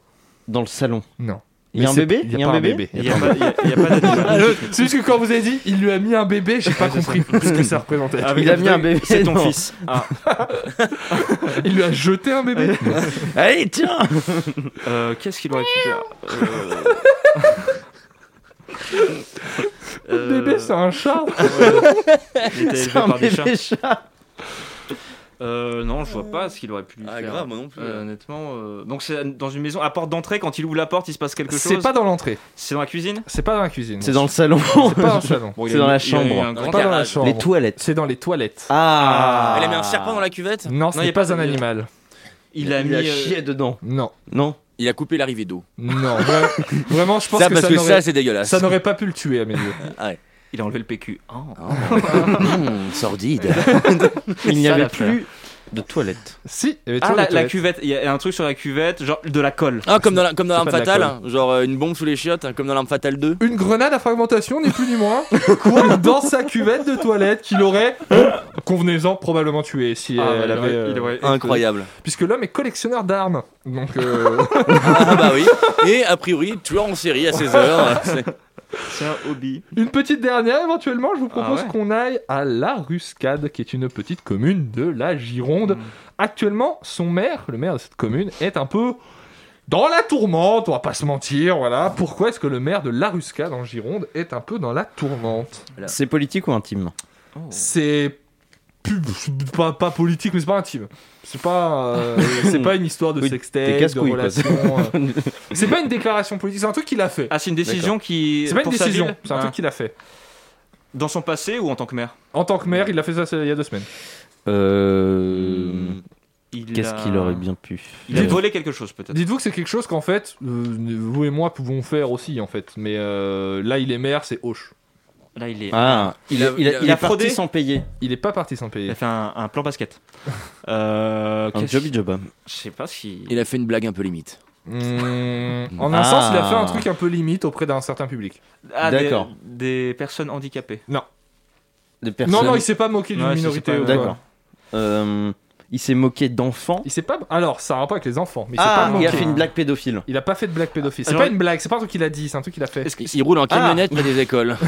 S9: dans le salon.
S1: Non.
S9: Il y a
S1: Mais
S9: un
S1: c'est-
S9: bébé
S1: Il n'y
S9: y
S1: a,
S9: a Ah,
S1: pas
S9: un
S1: un bébé.
S10: Il n'y a pas, il y a- il y a pas d'animal.
S1: C'est juste que quand vous avez dit, il lui a mis un bébé, j'ai pas compris ce que ça représentait.
S10: Avec
S9: Il a
S10: Ah la-
S9: mis un bébé,
S10: C'est ton
S9: non.
S10: fils. Ah,
S1: Il lui a jeté un bébé.
S9: Allez tiens
S10: euh, Qu'est-ce qu'il aurait pu faire Euh, Euh,
S1: Le bébé, c'est un chat.
S10: Il était
S9: C'est
S10: élevé
S9: un
S10: par des chats.
S9: bébé chat.
S10: Euh, non, je vois pas ce qu'il aurait pu lui
S2: Ah,
S10: faire.
S2: grave, moi non plus.
S1: hein.
S10: Euh, honnêtement, euh, donc c'est dans une maison à porte d'entrée. Quand il ouvre la porte, il se passe quelque chose.
S1: C'est pas dans l'entrée.
S10: C'est dans la cuisine.
S1: C'est pas dans la cuisine.
S9: C'est dans le salon.
S1: C'est pas dans le salon.
S10: Bon, il
S9: C'est
S10: a
S9: dans
S10: eu-
S9: la
S10: il a eu
S9: chambre.
S10: un grand
S1: C'est pas dans la
S2: garage.
S1: chambre.
S9: Les toilettes.
S1: C'est dans les toilettes.
S9: Ah
S2: Elle a mis un serpent dans la cuvette
S1: Non, ce
S10: Non,
S1: n'est
S10: y a
S1: pas
S10: pas
S1: un
S10: de-
S1: animal.
S10: Il a mis. euh,
S9: chié dedans.
S1: Non.
S9: Non
S2: Il a coupé l'arrivée d'eau.
S1: Non. Vra- Vraiment, je pense
S2: Ça,
S1: que,
S2: parce
S1: ça
S2: que
S1: n'aurait-
S2: ça, c'est dégueulasse.
S1: ça n'aurait pas pu le tuer à mes yeux.
S10: Ah Il a enlevé le PQ. Oh.
S2: Ah, Mmh, sordide.
S9: Il n'y
S10: Ça,
S9: avait
S10: l'affaire.
S9: plus de toilettes.
S1: Si, il y avait
S10: Ah,
S1: toujours
S10: la, la
S1: des toilettes.
S10: cuvette. Il y a un truc sur la cuvette, genre de la colle.
S2: Ah, comme dans la- comme dans
S1: C'est
S2: l'arme
S1: pas de la
S2: fatale,
S1: colle.
S2: hein, genre euh, une bombe sous les chiottes, hein, comme dans l'arme fatale 2.
S1: Une grenade à fragmentation, ni plus ni moins, quoi, dans sa cuvette de toilette qu'il aurait, convenez-en, probablement tué. Si
S10: Ah,
S1: elle
S10: il
S1: avait,
S10: aurait-
S1: euh,
S10: il aurait-
S2: Incroyable.
S1: Puisque l'homme est collectionneur d'armes. Donc, euh,
S2: ah bah oui. Et a priori, tueur en série à 16h.
S10: C'est un hobby.
S1: une petite dernière, éventuellement, je vous propose
S10: Ah ouais.
S1: qu'on aille à La Ruscade, qui est une petite commune de la Gironde.
S10: Mm.
S1: Actuellement, son maire, le maire de cette commune, est un peu dans la tourmente, on va pas se mentir, voilà. Pourquoi est-ce que le maire de La Ruscade en Gironde est un peu dans la tourmente
S9: C'est politique ou intime
S1: c'est pub- c'est pas, pas politique mais c'est pas intime c'est pas euh, c'est pas une histoire de
S9: Oui,
S1: sextape
S9: t'es
S1: de
S9: casse-couille, quoi.
S1: relation euh. c'est pas une déclaration politique c'est un truc qu'il a fait
S10: Ah, c'est une décision qui.
S1: c'est pas une
S10: pour sa
S1: décision
S10: ville
S1: c'est un
S10: Ah.
S1: truc qu'il a fait
S10: Dans son passé ou en tant que maire
S1: en tant que maire il a fait ça c'est- il y a deux semaines
S9: Euh...
S10: Il
S9: Qu'est-ce
S10: a-
S9: qu'il aurait bien pu
S10: Il a
S9: faire
S10: volé quelque chose peut-être.
S1: dites-vous que c'est quelque chose qu'en fait euh, vous et moi pouvons faire aussi en fait mais euh, là il est maire c'est hoche
S10: Là, il est.
S9: Ah, il, a, il, a, il
S10: il a
S9: est parti
S10: fraudé
S9: sans payer.
S1: il est pas parti sans
S10: Il
S1: payer
S10: a fait un, un plan basket. Euh,
S9: Un
S10: qu'est-ce-
S9: jobby job. hein.
S10: Je sais pas si.
S2: Il a fait une blague un peu limite.
S1: Mmh, en un sens il a fait un truc un peu limite auprès d'un certain public
S10: Ah, des-
S9: D'accord.
S10: Des, personnes handicapées.
S9: Des personnes.
S1: non non il s'est pas moqué d'une
S10: Ouais, c'est- c'est
S1: minorité
S10: pas-
S1: ou quoi.
S9: D'accord. Euh, il s'est moqué d'enfants.
S1: il s'est pas alors ça a un rapport avec les enfants mais il s'est
S9: Ah,
S1: pas
S9: il a
S1: moqué.
S9: fait une blague pédophile.
S1: Il a pas fait de blague pédophile. C'est
S10: Alors,
S1: pas
S10: il-
S1: une blague, c'est pas un truc qu'il a dit, c'est un truc qu'il a fait.
S10: Est-ce que-
S2: Il
S1: Ah.
S2: roule en camionnette près des écoles.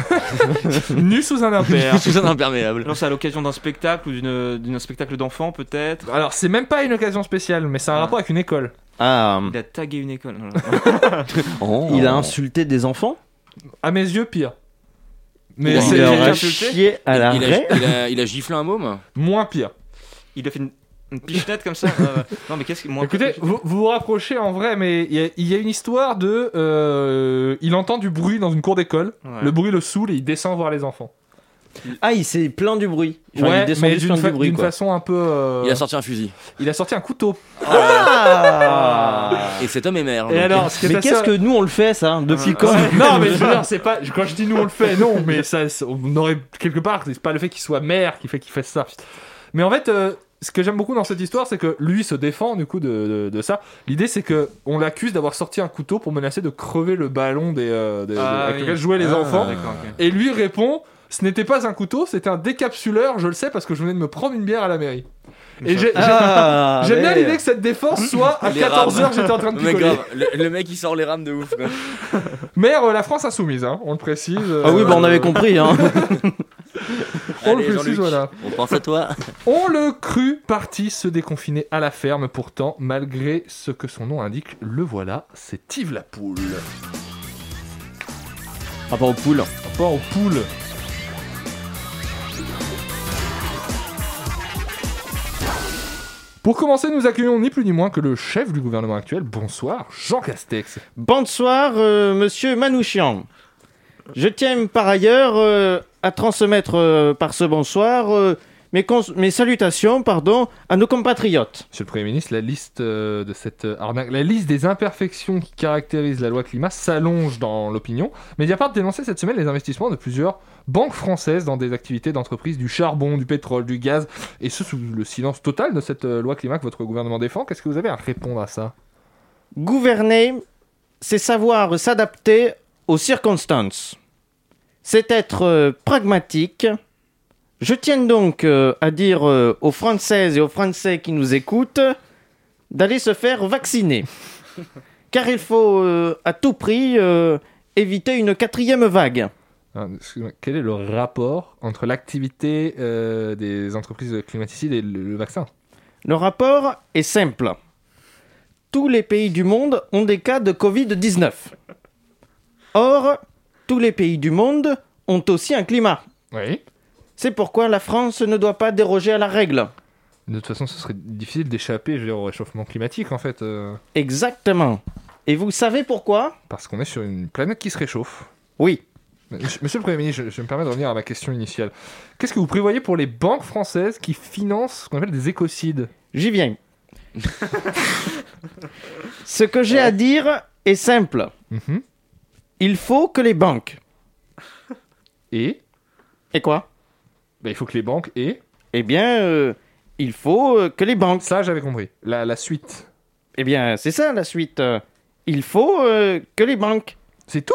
S1: nu sous un impair.
S2: Sous un imperméable.
S10: Alors c'est à l'occasion d'un spectacle ou d'une d'un spectacle d'enfants peut-être.
S1: Alors, c'est même pas une occasion spéciale, mais c'est un
S10: Ouais.
S1: rapport avec une école.
S9: Ah,
S10: Il a tagué une école. Non, non.
S9: il
S1: Oh.
S9: a insulté des enfants.
S1: À mes yeux, pire. Ah, Mais
S2: Ouais.
S1: c'est
S9: il aurait
S10: insulté
S9: chié à la
S2: il,
S9: raie.
S2: a, il, a, il a giflé un môme
S1: moins pire.
S10: Il a fait une, une pichenette comme ça. Euh, non mais qu'est-ce que moi
S1: Écoutez, vous vous, vous rapprochez en vrai, mais il y, a- il y a une histoire de. euh, il entend du bruit dans une cour d'école,
S10: Ouais.
S1: le bruit le saoule et il descend voir les enfants.
S9: Ah, il s'est plaint du bruit. Genre, il est
S1: mais
S9: descendu
S1: d'une
S9: plein
S1: fa-
S9: du bruit.
S1: d'une
S9: Quoi.
S1: façon un peu. euh,
S2: Il a sorti un fusil.
S1: sorti un couteau.
S9: Ah
S2: Et cet homme est maire.
S1: Et
S2: donc.
S1: alors, ce qui est
S9: mais
S1: assez-
S9: qu'est-ce que nous on le fait ça Depuis
S10: Ouais.
S9: quand
S1: non mais je veux dire c'est pas quand je dis nous on le fait non mais ça c'est- on aurait quelque part c'est pas le fait qu'il soit maire qui fait qu'il fasse ça mais en fait euh, ce que j'aime beaucoup dans cette histoire c'est que lui se défend du coup de, de- de ça l'idée c'est que on l'accuse d'avoir sorti un couteau pour menacer de crever le ballon des, euh, des-
S10: Ah,
S1: avec
S10: oui.
S1: lequel jouaient les
S10: Ah,
S1: enfants
S10: d'accord, ok.
S1: et lui répond ce n'était pas un couteau c'était un décapsuleur je le sais parce que je venais de me prendre une bière à la mairie et j'ai- j'ai-
S9: Ah,
S1: J'aime bien
S9: mais-
S1: l'idée que cette défense soit à
S2: Les
S1: 14h
S2: rames.
S1: j'étais en train de
S2: Mais
S1: picoler.
S2: grave, le, le mec il sort les rames de ouf. quoi.
S1: Maire euh, la France insoumise, hein, on le précise.
S9: Ah oui,
S1: euh,
S9: bah on avait compris. Hein.
S1: On
S2: Allez, Jean-Luc,
S1: le précise, voilà.
S2: On pense à toi.
S1: On le crut parti se déconfiner à la ferme, pourtant, malgré ce que son nom indique, le voilà, c'est Yves la poule.
S9: Rapport Ah, aux poules.
S1: Rapport aux poules. Pour commencer, nous accueillons ni plus ni moins que le chef du gouvernement actuel. Bonsoir, Jean Castex.
S9: Bonsoir, euh, monsieur Manouchian. Je tiens par ailleurs euh, à transmettre euh, par ce bonsoir euh, mes, cons- mes salutations pardon, à nos compatriotes.
S1: Monsieur le Premier ministre, la liste euh, de cette euh, arnaque, la liste des imperfections qui caractérisent la loi climat s'allonge dans l'opinion. Mediapart dénonçait cette semaine les investissements de plusieurs banques françaises dans des activités d'entreprise du charbon, du pétrole, du gaz, et ce sous le silence total de cette euh, loi climat que votre gouvernement défend. Qu'est-ce que vous avez à répondre à ça
S9: Gouverner, c'est savoir s'adapter aux circonstances. C'est être euh, pragmatique. Je tiens donc euh, à dire euh, aux Françaises et aux Français qui nous écoutent d'aller se faire vacciner. Car il faut euh, à tout prix euh, éviter une quatrième vague.
S1: Hein, excusez-moi, Quel est le rapport entre l'activité euh, des entreprises climaticides et le, le vaccin
S9: Le rapport est simple. Tous les pays du monde ont des cas de Covid-19. Or, tous les pays du monde ont aussi un climat.
S1: Oui.
S9: C'est pourquoi la France ne doit pas déroger à la règle.
S1: De toute façon, ce serait difficile d'échapper je veux dire, au réchauffement climatique, en fait, euh,
S9: Exactement. Et vous savez pourquoi
S1: parce qu'on est sur une planète qui se réchauffe.
S9: Oui.
S1: Monsieur le Premier ministre, je, je me permets de revenir à ma question initiale. Qu'est-ce que vous prévoyez pour les banques françaises qui financent ce qu'on appelle des écocides
S9: J'y viens. Ce que j'ai à dire est simple.
S1: Mhm.
S9: Il faut que les banques...
S1: Et
S9: Et quoi
S1: ben, il faut que les banques aient.
S9: Eh bien, euh, il faut euh, que les banques...
S1: Ça, j'avais compris. La, la suite.
S9: Eh bien, c'est ça la suite. euh. Il faut euh, que les banques...
S1: C'est tout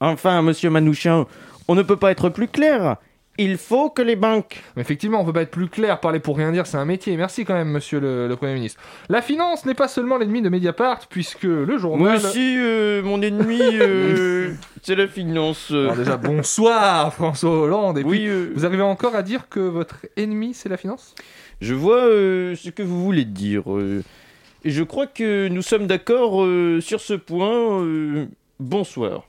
S9: Enfin, monsieur Manouchian, on ne peut pas être plus clair. Il faut que les banques...
S1: Mais effectivement, on peut pas être plus clair. Parler pour rien dire, c'est un métier. Merci quand même, monsieur le, le Premier ministre. La finance n'est pas seulement l'ennemi de Mediapart, puisque le journal.
S9: mon ennemi, euh, c'est la finance. euh.
S1: Alors déjà, Ah, bonsoir, François Hollande. Et puis, vous arrivez encore à dire que votre ennemi, c'est la finance
S9: Je vois euh, ce que vous voulez dire. euh, et je crois que nous sommes d'accord euh, sur ce point. euh, bonsoir.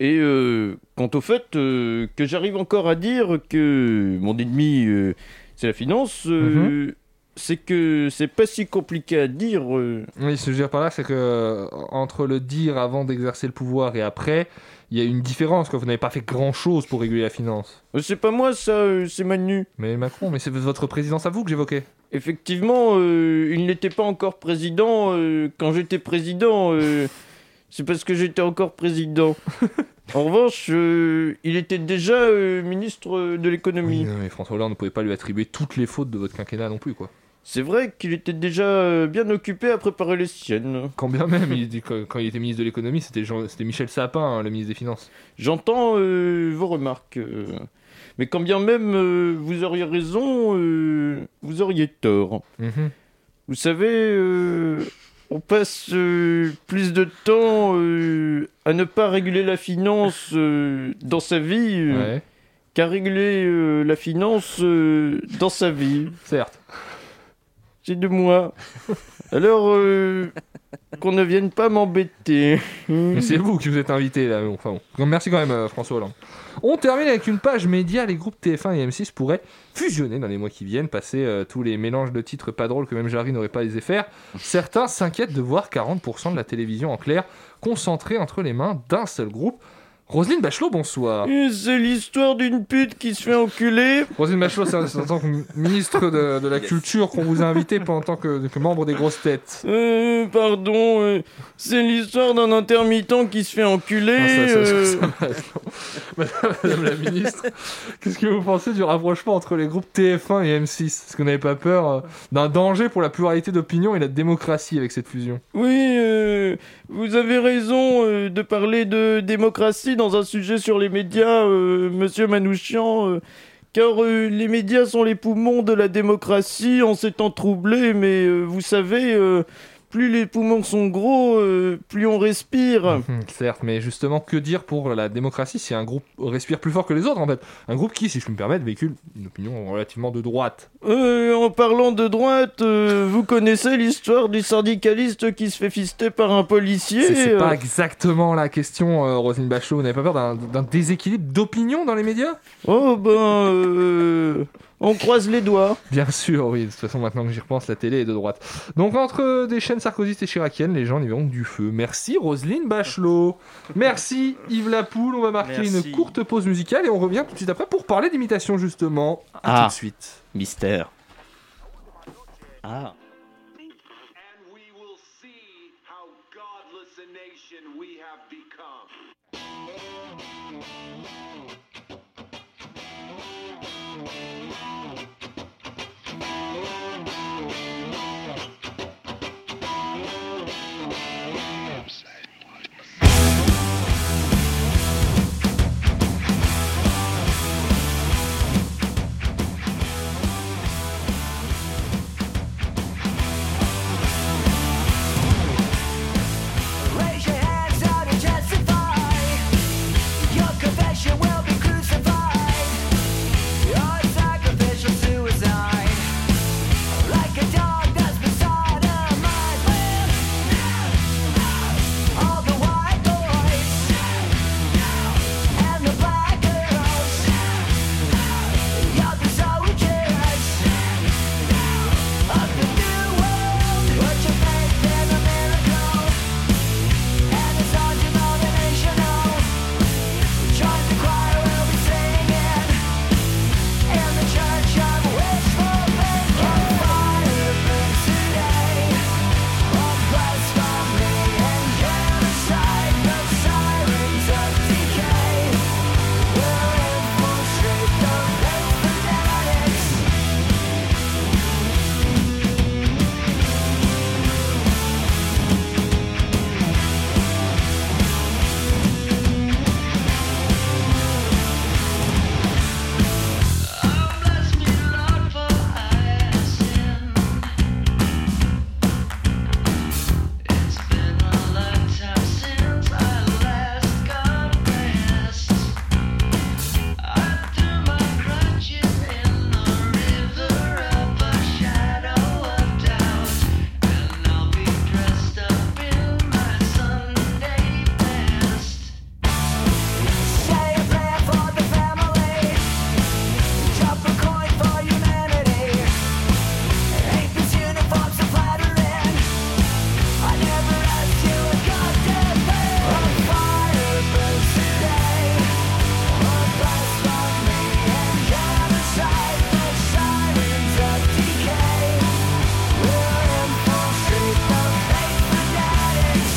S9: et euh, quant au fait euh, que j'arrive encore à dire que mon ennemi, euh, c'est la finance, euh, c'est que c'est pas si compliqué à dire. euh.
S1: Oui, ce que je veux dire par là, c'est que euh, entre le dire avant d'exercer le pouvoir et après, il y a une différence. Quand vous n'avez pas fait grand chose pour réguler la finance.
S9: C'est pas moi ça, euh, c'est Manu.
S1: Mais Macron, mais c'est votre présidence à vous que j'évoquais.
S9: Effectivement, euh, il n'était pas encore président euh, quand j'étais président. euh, c'est parce que j'étais encore président. en revanche, euh, il était déjà euh, ministre euh, de
S1: Oui,
S9: l'économie.
S1: non, mais François Hollande ne pouvait pas lui attribuer toutes les fautes de votre quinquennat non plus, quoi.
S9: C'est vrai qu'il était déjà euh, bien occupé à préparer les siennes.
S1: Quand bien même, il dit que- quand il était ministre de l'économie, c'était Jean- c'était Michel Sapin, hein, le ministre des Finances.
S9: J'entends euh, vos remarques. euh, mais quand bien même euh, vous auriez raison, euh, vous auriez tort.
S12: Mm-hmm.
S1: Mhm.
S9: Vous savez, euh, on passe euh, plus de temps euh, à ne pas réguler la finance euh, dans sa vie euh,
S1: Ouais,
S9: qu'à réguler euh, la finance euh, dans sa vie.
S1: certes.
S9: C'est de moi. Alors euh, qu'on ne vienne pas m'embêter.
S1: Mais c'est vous qui vous êtes invité là. mais bon, Enfin bon. Donc, merci quand même euh, François Hollande. On termine avec une page média. Les groupes TF1 et M6 pourraient fusionner dans les mois qui viennent, passer euh, tous les mélanges de titres pas drôles que même Jarry n'aurait pas les faire. Certains s'inquiètent de voir 40% de la télévision en clair concentrée entre les mains d'un seul groupe. Roselyne Bachelot, bonsoir.
S9: Euh, C'est l'histoire d'une pute qui se fait enculer.
S1: Roselyne Bachelot, c'est en- c'est en tant que ministre de, de la Culture qu'on vous a invité pas en tant que, que membre des grosses têtes.
S9: Euh, pardon, euh, c'est l'histoire d'un intermittent qui se fait enculer.
S1: Non, Ah, ça- ça- ça-
S9: euh.
S1: ça m'arrête, non. Madame, Madame la ministre, qu'est-ce que vous pensez du rapprochement entre les groupes TF1 et M6 Est-ce que vous n'avez pas peur euh, d'un danger pour la pluralité d'opinion et la démocratie avec cette fusion
S9: Oui, euh, vous avez raison euh, de parler de démocratie dans un sujet sur les médias, euh, monsieur Manouchian, euh, car euh, les médias sont les poumons de la démocratie en ces temps troublés, mais euh, vous savez, euh, plus les poumons sont gros, euh, plus on respire.
S1: Hum, Certes, mais justement, que dire pour la démocratie si un groupe respire plus fort que les autres en fait Un groupe qui, si je puis me permettre, véhicule une opinion relativement de droite.
S9: Euh, en parlant de droite, euh, vous connaissez l'histoire du syndicaliste qui se fait fister par un policier
S1: C'est- C'est
S9: euh,
S1: pas exactement la question, euh, Roselyne Bachelot. Vous n'avez pas peur d'un d'un déséquilibre d'opinion dans les médias
S9: Oh ben, Oh, euh, On croise les doigts.
S1: Bien sûr, oui. De toute façon, maintenant que j'y repense, la télé est de droite. Donc, entre euh, des chaînes sarkozystes et chiraciennes, les gens y verront du feu. Merci, Roselyne Bachelot. Merci, Yves Lapoule. On va marquer
S10: Merci.
S1: une courte pause musicale et on revient tout de suite après pour parler d'imitation, justement. À
S9: Ah.
S1: tout de suite.
S9: Mystère. Ah.
S12: Raise your hands out and testify. Your confession will be crucified. Your sacrificial suicide, like a dog that's been sodomized. All the white boys and the black girls, you're the soldiers of the new world. Put your faith in a miracle. And it's all denominational. Join the choir, we'll be singing in the church of wishful thinking. A fire burns today, one blast from me and genocide. The sirens of decay will infiltrate the red fanatics. Say a prayer for the family. Drop a coin for humanity. Hate these uniforms are flattering. I never asked you a goddamn thing. A fire burns today. One blast from me and genocide. The sirens of decay will infiltrate the faith fanatics.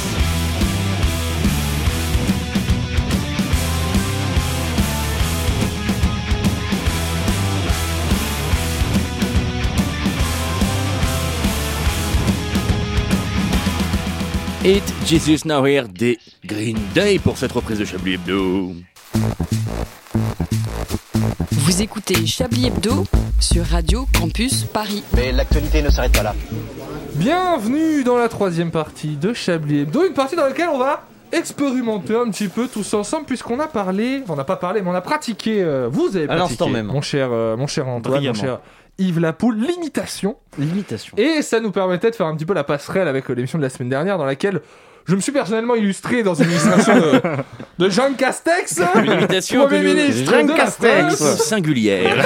S2: It Jesus Now Here des Green Day pour cette reprise de Chablis Hebdo.
S7: Vous écoutez Chablis Hebdo sur Radio Campus Paris.
S13: Mais l'actualité ne s'arrête pas là.
S1: Bienvenue dans la troisième partie de Chablis Hebdo, une partie dans laquelle on va expérimenter un petit peu tous ensemble puisqu'on a parlé, on n'a pas parlé, mais on a pratiqué, euh, vous avez
S9: À
S1: pratiqué,
S9: l'instant même.
S1: mon cher, euh, mon cher Antoine, mon
S9: Brillamment.
S1: cher Yves Lapoule, l'imitation.
S9: L'imitation.
S1: Et ça nous permettait de faire un petit peu la passerelle avec euh, l'émission de la semaine dernière dans laquelle je me suis personnellement illustré dans une illustration de, de Jean Castex, hein,
S2: Une imitation
S1: Premier
S2: de
S1: ministre
S2: Jean
S1: de la
S2: Castex.
S1: France.
S2: Singulière.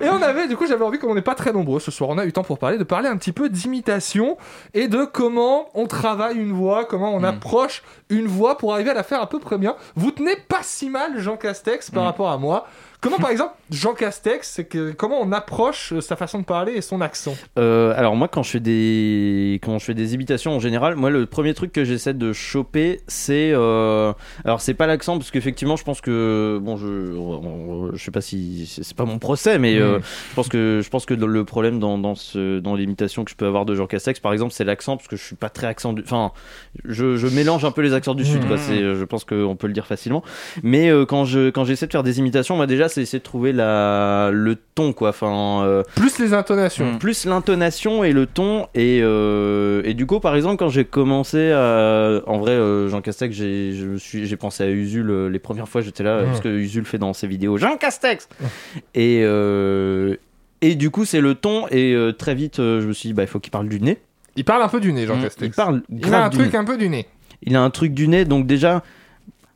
S1: Et on avait, du coup, j'avais envie, comme on n'est pas très nombreux ce soir, on a eu temps pour parler, de parler un petit peu d'imitation et de comment on travaille une voix, comment on approche une voix pour arriver à la faire à peu près bien. Vous tenez pas si mal Jean Castex par rapport à moi. Comment, par exemple, Jean Castex, c'est que, comment on approche euh, sa façon de parler et son accent
S9: Euh, alors moi quand je fais des quand je fais des imitations en général, moi le premier truc que j'essaie de choper c'est euh, alors c'est pas l'accent parce qu'effectivement je pense que bon je on- on- je sais pas si c'est pas mon procès mais euh,
S10: Mm.
S9: je pense que je pense que le- le problème dans dans ce dans l'imitation que je peux avoir de Jean Castex par exemple c'est l'accent parce que je suis pas très accent du enfin je, je mélange un peu les accents du sud quoi
S1: Mmh.
S10: Mm.
S9: c'est euh, je pense qu'on peut le dire facilement mais euh, quand je quand j'essaie de faire des imitations moi déjà c'est essayer de trouver la le ton quoi enfin euh, mmh.
S1: Plus les intonations.
S9: plus l'intonation et le ton. Et, euh, et du coup, par exemple, quand j'ai commencé à. En vrai, euh, Jean Castex, j'ai je me suis- j'ai pensé à Usul euh, les premières fois, j'étais là,
S1: Mmh.
S10: Mhm.
S9: parce que Usul fait dans ses vidéos Jean Castex Et, euh, et du coup, c'est le ton. Et euh, très vite, euh, je me suis dit, bah, il faut qu'il parle du nez.
S1: Il parle un peu du nez, Jean
S9: Castex. Il parle
S1: Il a
S9: grave
S1: un
S9: du
S1: truc
S9: nez.
S1: un peu du nez.
S9: Il a un truc du nez, donc déjà.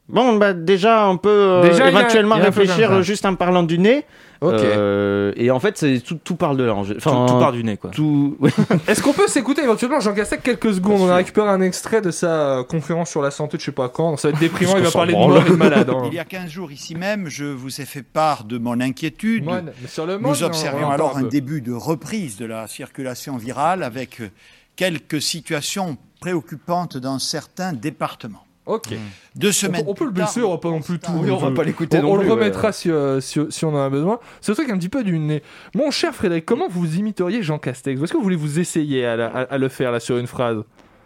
S9: Bon, bah déjà, on peut euh,
S13: Déjà, il y a-
S9: éventuellement
S13: il y a un peu
S9: réfléchir
S13: comme ça.
S9: euh, juste en parlant du nez.
S13: Ok.
S9: Euh, et en fait, c'est tout, tout parle de là. en gé- enfin,
S10: Tout- tout part du nez, quoi.
S9: Tout... oui.
S1: Est-ce qu'on peut s'écouter éventuellement Jean Cassec quelques secondes On a récupéré un extrait de sa euh, conférence sur la santé de je sais pas quand. Ça va être déprimant, il va parler de mort et de malade. hein.
S14: Il y a 15 jours ici même, je vous ai fait part de mon inquiétude.
S1: Moine, mais sur le moine,
S14: Nous
S1: on- on
S14: observions
S1: entend
S14: alors
S1: un
S14: un
S1: peu.
S14: début de reprise de la circulation virale avec euh, quelques situations préoccupantes dans certains départements.
S1: Ok.
S14: Deux semaines.
S1: On, peut- on peut le
S14: plus tard,
S1: baisser, on va pas non plus tout.
S14: Oui, on va pas l'écouter
S1: On,
S14: non
S1: on
S14: plus,
S1: le
S14: ouais.
S1: remettra si, euh, si, si on en a besoin. Ce truc un petit peu du nez. Mon cher Frédéric, comment vous imiteriez Jean Castex Est-ce que vous voulez vous essayer à, la- à- à le faire là sur une phrase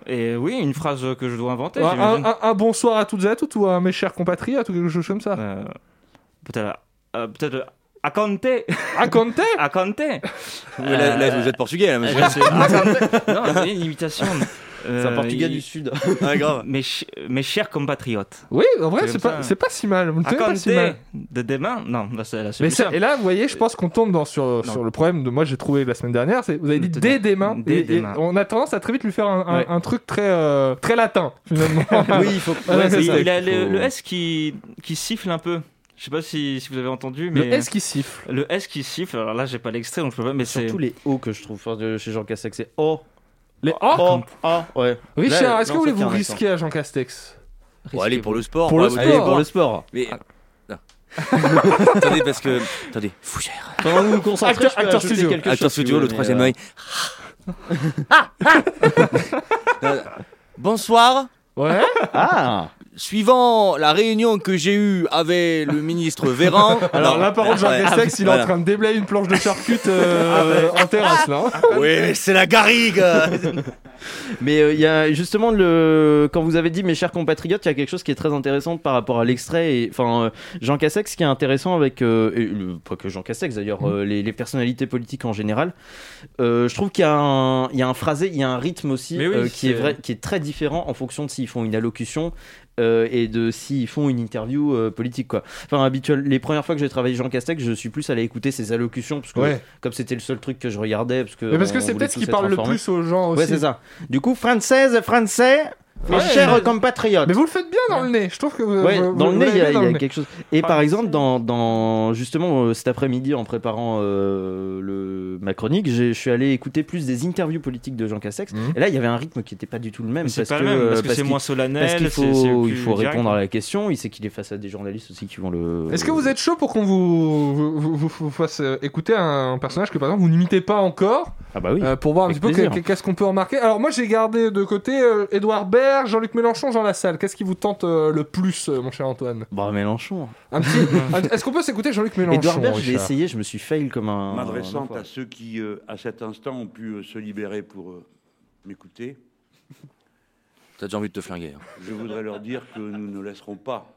S10: Et oui, une phrase que je dois inventer.
S1: un,
S10: j'imagine.
S1: un- un bonsoir à toutes et à toutes ou à mes chers compatriotes ou quelque chose comme ça
S10: Euh, Peut-être. euh, peut-être. euh, À Conte
S1: À Conte Euh,
S10: À Conte Ah,
S2: Mais là- là, vous êtes portugais, là, monsieur.
S10: Non, c'est une imitation.
S2: C'est un Portugais du Sud. Ouais, grave.
S10: Mes, ch- mes chers compatriotes.
S1: Oui, en vrai,
S10: Comme
S1: c'est
S10: ça.
S1: pas, c'est pas si mal. Vous
S10: À
S1: tenez pas
S10: Conte
S1: si mal.
S10: de demain Non, là, c'est là, c'est
S1: Mais
S10: plus
S1: ça-
S10: simple.
S1: et là, vous voyez, je pense qu'on tombe dans sur, sur le problème de moi j'ai trouvé la semaine dernière. c'est- Vous avez dit dès demain.
S10: Dès
S1: et- et
S10: demain.
S1: On a tendance à très vite lui faire un, un-
S10: Ouais.
S1: un truc très euh, très latin finalement. Voilà,
S10: Ouais,
S1: c'est ça.
S10: il a le, le S qui, qui siffle un peu. Je sais pas si, si vous avez entendu,
S1: Le
S10: mais
S1: S qui siffle.
S10: Le S qui siffle. Alors là, j'ai pas l'extrait, donc je peux pas. Mais c'est
S9: Surtout les O que je trouve enfin, de- chez Jean Castex, c'est O.
S1: Les
S9: O O, ouais.
S1: Ah, Richard,
S9: Là,
S1: est-ce
S9: non, ça
S1: que vous voulez vous
S9: fait un instant.
S1: risquer à Jean Castex
S2: Bon, allez, pour le sport.
S1: Pour le
S2: bravo,
S1: sport.
S2: allez,
S1: Pour le
S9: sport. Ah.
S2: Mais. non. attendez, parce que. Attendez, fougère.
S9: Pendant que vous vous concentrez, Acteur- je peux acteur ajouter studio. quelque chose,
S2: Acteur
S9: si
S2: studio,
S9: vous
S2: le
S9: voulez,
S2: troisième
S9: mais,
S2: œil. Ah, Bonsoir.
S1: Ouais.
S9: Ah.
S2: Suivant la réunion que j'ai eue avec le ministre Véran.
S1: Alors
S2: Non.
S1: là, par contre, Jean
S2: Ouais. ah,
S1: Castex, il est
S2: Voilà. Ah,
S1: en train de déblayer une planche de charcute euh, en terrasse là.
S2: Oui, c'est la garrigue.
S9: Mais euh, il y a justement le quand vous avez dit mes chers compatriotes, il y a quelque chose qui est très intéressant par rapport à l'extrait et enfin euh, Jean Cassex, ce qui est intéressant avec euh, et le- pas que Jean Cassex d'ailleurs, euh, les, les personnalités politiques en général, euh, je trouve qu'il y a un il y a un phrasé, il y a un rythme aussi
S10: Mais oui,
S9: euh, qui est
S10: c'est-
S9: vrai, qui est très différent en fonction de s'ils font une allocution. euh, et de s'ils font une interview euh, politique quoi. Enfin habituel. Les premières fois que j'ai travaillé Jean Castex, je suis plus allé écouter ses allocutions parce que
S1: Ouais.
S9: comme c'était le seul truc que je regardais parce que.
S1: Mais parce que
S9: on
S1: c'est
S9: voulait
S1: peut-être ce
S9: tous
S1: qui
S9: être
S1: parle le
S9: informés.
S1: plus aux gens
S9: Ouais
S1: aussi.
S9: c'est ça. Du coup, française, français, mes
S1: Ouais.
S9: chers compatriotes.
S1: Mais vous le faites bien dans le nez. Je trouve que vous,
S9: Ouais,
S1: vous-
S9: dans
S1: vous
S9: le nez, il y a,
S1: l'avez bien
S9: il y a
S1: dans le
S9: quelque chose.
S1: nez. Ah,
S9: Et par exemple, dans, dans- justement euh, cet après-midi, en préparant euh, le, ma chronique, j'ai- je suis allé écouter plus des interviews politiques de Jean Castex.
S1: Mhm.
S9: Et là, il y avait un rythme qui n'était pas du tout le même.
S10: c'est
S9: parce
S10: pas
S9: que,
S10: le même,
S9: euh,
S10: parce que c'est
S9: qu'il-
S10: moins solennel,
S9: Parce qu'il
S10: c'est- c'est
S9: faut,
S10: plus
S9: il faut
S10: direct.
S9: répondre à la question. Il sait qu'il est face à des journalistes aussi qui vont le.
S1: Est-ce que vous êtes chaud pour qu'on vous, vous, vous- vous- vous fasse euh, écouter un personnage que par exemple vous n'imitez pas encore
S9: Ah bah oui.
S1: euh, pour voir un
S9: Avec
S1: petit peu que-
S9: plaisir.
S1: que- qu'est-ce qu'on peut remarquer Alors moi j'ai gardé de côté euh, Édouard Baird, Jean-Luc Mélenchon, Jean Lassalle. Qu'est-ce qui vous tente euh, le plus, euh, mon cher Antoine
S9: Bah Mélenchon.
S1: Un petit- un- Est-ce qu'on peut s'écouter Jean-Luc Mélenchon
S9: Edouard Baird, je l'ai
S1: Richard
S9: essayé, je me suis fail comme un.
S15: M'adressant à ceux qui, euh, à cet instant, ont pu euh, se libérer pour euh, m'écouter,
S2: T'as déjà envie de te flinguer. hein.
S15: je voudrais leur dire que nous ne laisserons pas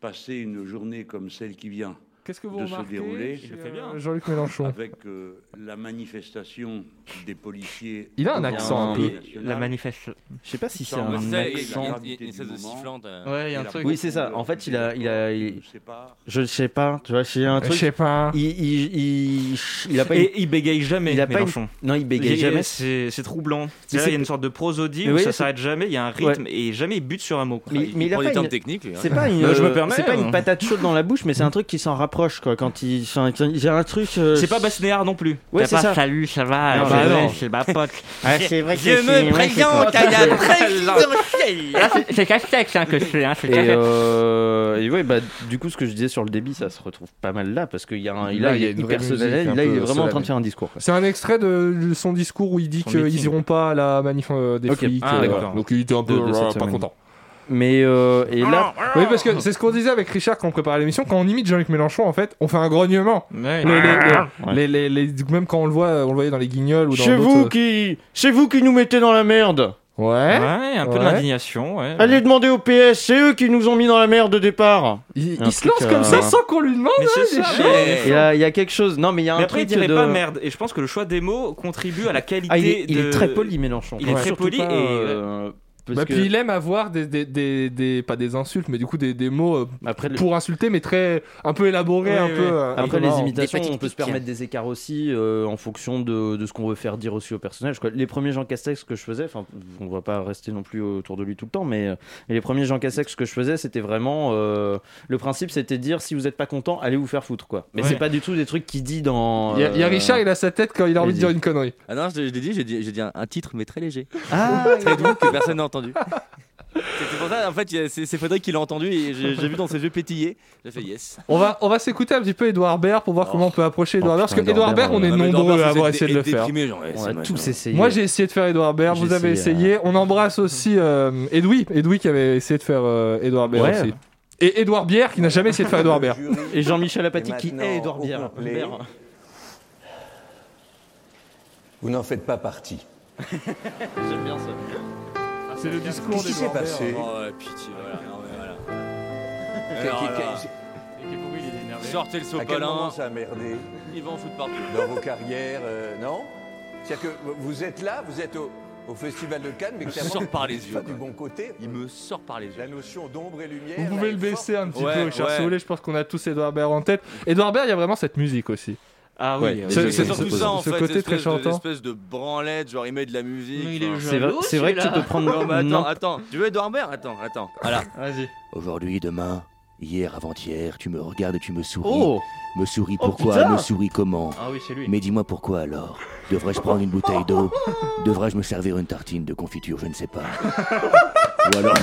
S15: passer une journée comme celle qui vient
S1: Qu'est-ce que vous
S15: de se
S1: remarquez
S15: dérouler.
S1: chez, Il le fait bien. euh, Jean-Luc Mélenchon.
S15: Avec euh, la manifestation des policiers.
S1: Il a un accent un peu.
S10: La manifeste.
S9: Je sais pas si c'est
S15: Sans
S9: un
S15: le
S9: accent.
S15: fait, la gravité du
S2: il y a une espèce de
S15: moment.
S2: sifflante, euh.
S10: Ouais, il y a un
S15: Et la
S10: truc.
S9: Oui, c'est ça. En fait, il a, il a,
S10: euh,
S9: il- je ne sais pas. Tu vois, c'est un
S10: Je
S9: truc.
S10: sais
S1: pas.
S9: Il, il, il, il a pas.
S10: Et
S9: une-
S10: il bégaye jamais.
S9: Il a pas. une-
S10: Mélenchon.
S9: Non, il bégaye
S10: Il-
S9: jamais.
S10: C'est c'est troublant.
S9: Mais
S10: Là,
S9: c'est-
S10: il y a une sorte de prosodie
S9: Mais
S10: où
S9: oui,
S10: ça
S9: c'est-
S10: s'arrête jamais. Il y a un rythme et jamais il bute sur un mot. quoi.
S9: Mais, mais il, a pas une... C'est pas une.
S10: hein. Non, je me
S9: euh,
S10: permets.
S9: C'est pas une
S10: hein.
S9: patate chaude dans la bouche, mais c'est un truc qui s'en rapproche quoi. Quand il, c'est un- j'ai un truc. euh,
S10: C'est pas Basnéard non plus.
S9: Ouais,
S10: T'as
S9: c'est
S10: pas
S9: ça.
S10: Salut, ça va
S9: Non,
S10: euh,
S9: bah
S10: je-
S9: non.
S10: C'est ma pote.
S9: Ouais, c'est vrai que
S10: Je
S9: c'est-
S10: me
S9: ouais, c'est
S10: présente
S9: pas-
S10: à la
S9: Ah,
S2: présidentielle.
S10: C'est Castex hein, que je suis. hein, c'est
S9: Et,
S10: Castex.
S9: euh, et ouais, bah, du coup, ce que je disais sur le débit, ça se retrouve pas mal là, parce qu'il y a un, là, il, est
S1: une
S9: hyper
S1: vraie musique,
S9: solennel,
S1: un
S9: là, il est
S1: peu
S9: vraiment en train
S1: solennelle.
S9: de faire un discours. quoi.
S1: C'est un extrait de de son discours où il dit
S9: Son
S1: qu'ils
S9: meeting.
S1: iront pas à la manif euh, des
S9: Ok.
S1: flics.
S9: Ah,
S1: euh,
S9: d'accord.
S1: voilà. Donc il était un peu
S9: De- de cette
S1: euh, pas
S9: semaine.
S1: content.
S9: Mais euh, et là,
S10: Ah,
S1: Oui, parce
S9: Ah.
S1: que c'est ce qu'on disait avec Richard quand on préparait l'émission. Quand on imite Jean-Luc Mélenchon, en fait, on fait un grognement. Les- les-
S9: Ah.
S2: Ah.
S1: les- les- les- les- même quand on le voit, on le voyait dans les guignols ou dans
S9: c'est vous
S1: d'autres- euh,
S9: qui, c'est vous qui nous mettez dans la merde.
S1: Ouais.
S10: Ouais, un peu
S1: Ouais.
S10: d'indignation. ouais.
S9: Allez demander au PS, c'est eux qui nous ont mis dans la merde au départ.
S1: Il,
S10: il se lance
S9: euh,
S10: comme ça sans
S1: qu'on lui demande.
S10: Mais c'est ça.
S9: Il y, a, il y a quelque chose. Non, mais il y a un
S10: Mais après, il
S9: truc
S10: dirait
S9: de-
S10: pas merde. Et je pense que le choix des mots contribue à la qualité.
S9: Ah, il, est, il est
S10: de-
S9: très poli, Mélenchon.
S10: Il est
S9: Ouais.
S10: très
S9: Surtout
S10: poli
S9: pas,
S10: et.
S9: euh,
S1: Bah, Puis il aime avoir des, des, des, des- pas des insultes, mais du coup des, des mots euh, pour insulter, mais très un peu élaborés, un peu. euh, un peu
S9: Après, les
S1: marrants.
S9: imitations, on peut se permettre des écarts aussi euh, en fonction de, de ce qu'on veut faire dire aussi au personnage. quoi. Les premiers Jean Castex que je faisais, enfin, on va pas rester non plus autour de lui tout le temps, mais, euh, mais les premiers Jean Castex que je faisais, c'était vraiment. euh, le principe, c'était de dire si vous n'êtes pas content, allez vous faire foutre, quoi. Mais
S1: Ouais.
S9: c'est pas du tout des trucs qu'il dit dans.
S1: Il y, a- il y a
S9: euh,
S1: Richard, il a sa tête quand il a envie de dire une connerie.
S2: Ah non, je, je l'ai dit, j'ai dit, j'ai dit un, un titre, mais très léger.
S1: Ah,
S2: très doux que personne n'a entendu. C'est pour ça, en fait, il y a- c'est c'est Frédéric qui l'a entendu et j'ai j'ai vu dans ses yeux pétiller. J'ai fait yes.
S1: On va, on va s'écouter un petit peu Edouard Baird pour voir
S9: Oh.
S1: comment on peut approcher Edouard Baird. Parce que
S2: putain,
S1: Edouard
S2: Edouard
S1: Baird, on est
S2: Baird, ouais.
S1: nombreux
S2: Edouard
S1: à
S2: Baird,
S1: avoir
S2: c'est
S1: essayé de le
S2: dé-
S1: faire.
S2: déprimé, genre, ouais, On c'est a moche, tous hein. essayé.
S1: Moi, j'ai essayé de faire Edouard Baird,
S2: J'ai
S1: vous avez
S2: essayé,
S1: essayé. On embrasse aussi euh, Edoui, Edoui qui avait essayé de faire euh, Edouard Baird
S9: Ouais.
S1: aussi. Et Edouard Bière qui n'a jamais essayé de faire Edouard Baird.
S9: Et Jean-Michel Apathy qui est Edouard Bière.
S13: Vous n'en faites pas partie.
S9: J'aime bien ça.
S1: C'est le
S13: discours Qu'est-ce qui s'est d'Edouard passé Baird.
S2: Oh, ouais, pitié, voilà. Non, mais voilà.
S13: Alors
S2: Alors là,
S13: là.
S2: Sortez le
S13: À quel moment
S2: sopalin.
S13: ça a merdé
S2: Ils vont en foutre partout.
S13: dans vos carrières euh, Non C'est-à-dire que vous êtes là, vous êtes au, au Festival de Cannes, mais
S2: Il me
S13: clairement,
S2: sort par les
S13: c'est
S2: yeux,
S13: Pas
S2: quoi.
S13: du bon côté.
S2: Il me sort par les yeux.
S13: La notion d'ombre et lumière.
S1: Vous pouvez le baisser un petit
S2: Ouais,
S1: peu, Richard,
S2: ouais.
S1: si vous voulez. Je pense qu'on a tous Edouard Baird en tête. Edouard Baird, il y a vraiment cette musique aussi.
S9: Ah
S1: Ouais.
S2: Mais
S1: Ce-
S2: C'est
S1: ce-
S2: surtout
S1: ce-
S2: ça en
S1: ce
S2: fait,
S1: côté
S2: espèce
S1: très
S2: de-
S1: chantant.
S2: Espèce de branlette, genre il met de la musique. enfin.
S9: C'est vrai- jaloux, c'est vrai que tu celui-là. peux prendre-
S2: Non, mais attends,
S9: Non.
S2: attends. Tu veux Edouard Baird Attends, attends. Voilà.
S9: Vas-y.
S2: Aujourd'hui, demain, hier, avant-hier, tu me regardes et tu me souris.
S9: Oh
S2: Me souris
S9: Oh,
S2: pourquoi
S9: putain
S2: Me souris comment
S9: Ah oui, c'est lui.
S2: Mais dis-moi pourquoi alors Devrais-je prendre une bouteille d'eau Devrais-je me servir une tartine de confiture Je ne sais pas. Ou alors.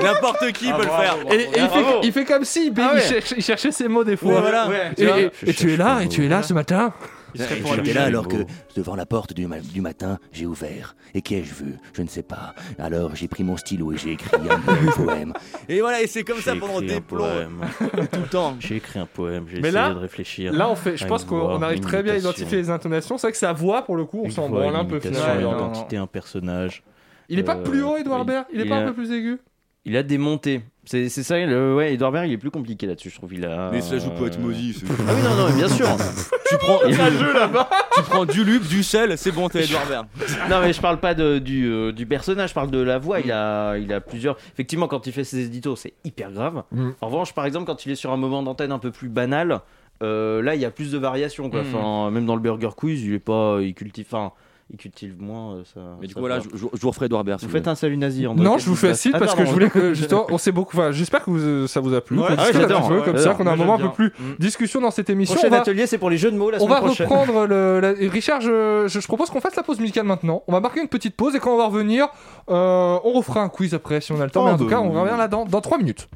S2: N'importe qui peut le faire.
S1: Et, et il, fait, il fait comme si,
S2: Ah
S1: il,
S2: ouais.
S1: cherche- il cherchait ses mots des fois.
S2: Ouais, voilà. Ouais.
S1: Et,
S2: Tu vois,
S1: et-
S2: je
S1: et tu es là, et tu es là ce matin.
S2: Et J'étais là alors que devant la porte du, ma- du matin, j'ai ouvert. Et qu'ai-je vu Je ne sais pas. Alors j'ai pris mon stylo et j'ai écrit un petit poème. Et voilà, et c'est comme ça pendant des plombs. Tout le temps.
S9: J'ai écrit un poème, j'ai
S1: Mais
S9: essayé
S1: là,
S9: de réfléchir.
S1: là, on fait, je
S9: à
S1: pense
S9: une
S1: qu'on
S9: voix,
S1: on arrive
S9: une
S1: très bien à
S9: imitation.
S1: identifier les intonations. C'est vrai que sa voix, pour le coup, on
S9: Une
S1: s'en
S9: voix,
S1: branle un
S9: une
S1: peu
S9: imitation,
S1: finalement.
S9: une identité, un personnage.
S1: Il est pas
S9: Euh,
S1: plus haut, Edouard
S9: oui.
S1: Baird Il est
S9: Il
S1: pas
S9: a-
S1: un peu plus aigu
S9: Il a des montées. C'est c'est ça, le, ouais, Edouard Baird, il est plus compliqué là-dessus, je trouve. Il a...
S2: Mais ça joue pas à être maudit, c'est-
S9: Ah oui, non, non, mais bien sûr.
S2: tu prends,
S9: Il y a un jeu,
S1: là-bas.
S2: tu prends du lup, du sel, c'est bon, t'es Edouard Baird.
S9: non, mais je parle pas de- du, euh, du personnage, je parle de la voix. Il a, il a plusieurs. Effectivement, quand il fait ses éditos, c'est hyper grave.
S1: Mm.
S9: En revanche, par exemple, quand il est sur un moment d'antenne un peu plus banal, euh, là, il y a plus de variations. Quoi.
S2: Mm.
S9: Enfin, même dans le Burger Quiz, il est pas. Il cultive. Enfin, il cultive moins euh, ça.
S2: Mais du
S9: ça
S2: coup, voilà,
S9: va.
S2: je, je- je vous referai Edouard Baird. si
S9: Vous
S2: vous
S9: faites
S2: voulez.
S9: un salut nazi en
S1: Non,
S9: deux,
S1: je vous
S9: qu'est-ce qui
S1: fais
S9: se
S1: si
S9: passe
S1: parce
S9: Ah,
S1: que je
S9: pardon.
S1: voulais que justement, on s'est beaucoup. Enfin, j'espère que vous- euh, ça vous a plu.
S9: Ouais,
S1: qu'on
S9: ah ouais,
S1: discute un
S9: j'adore,
S1: petit peu
S9: ouais,
S1: comme ça,
S9: j'adore.
S1: qu'on a un
S9: Moi,
S1: moment un
S9: j'aime Mm.
S1: peu plus discussion dans cette émission.
S9: Prochain
S1: On va-
S9: atelier, c'est pour les jeux de mots la
S1: On
S9: semaine
S1: va
S9: prochaine.
S1: reprendre le. la- Richard, je, je- je propose qu'on fasse la pause musicale maintenant. On va marquer une petite pause et quand on va revenir, euh, on refera un quiz après si on a le temps. mais en
S9: Oh,
S1: tout
S9: bah
S1: cas, on
S9: oui.
S1: revient là dans, dans 3 minutes.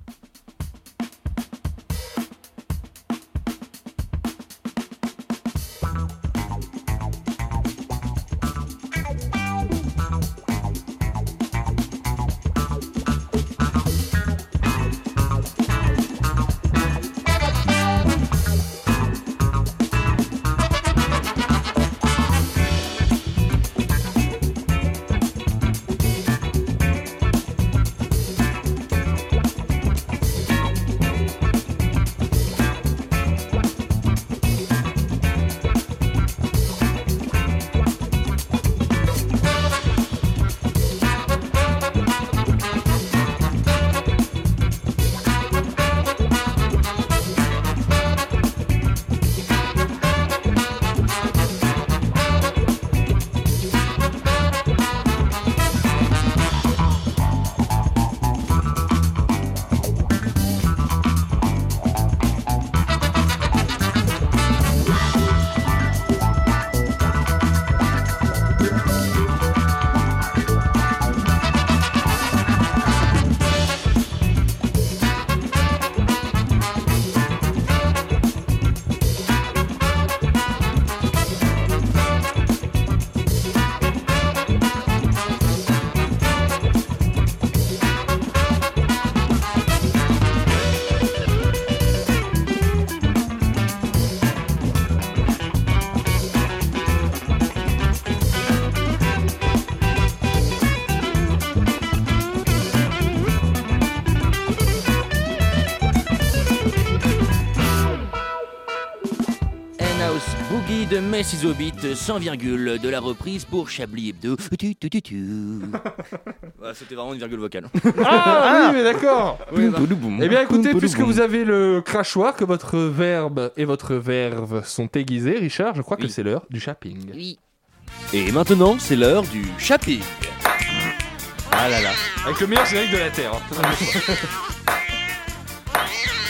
S2: de Messis 100 virgule de la reprise pour Chablis Hebdo. Tu, tu, tu, tu. Voilà, C'était vraiment une virgule vocale.
S1: Ah, oui, mais d'accord.
S2: Oui, bah.
S1: Eh bien, écoutez,
S2: Poulouboum.
S1: puisque vous avez le crachoir, que votre verbe et votre verve sont aiguisés, Richard, je crois que c'est l'heure du shopping.
S7: Oui.
S2: Et maintenant, c'est l'heure du shopping. Ah là là.
S1: Avec le meilleur générique de la Terre. hein.
S2: Ah,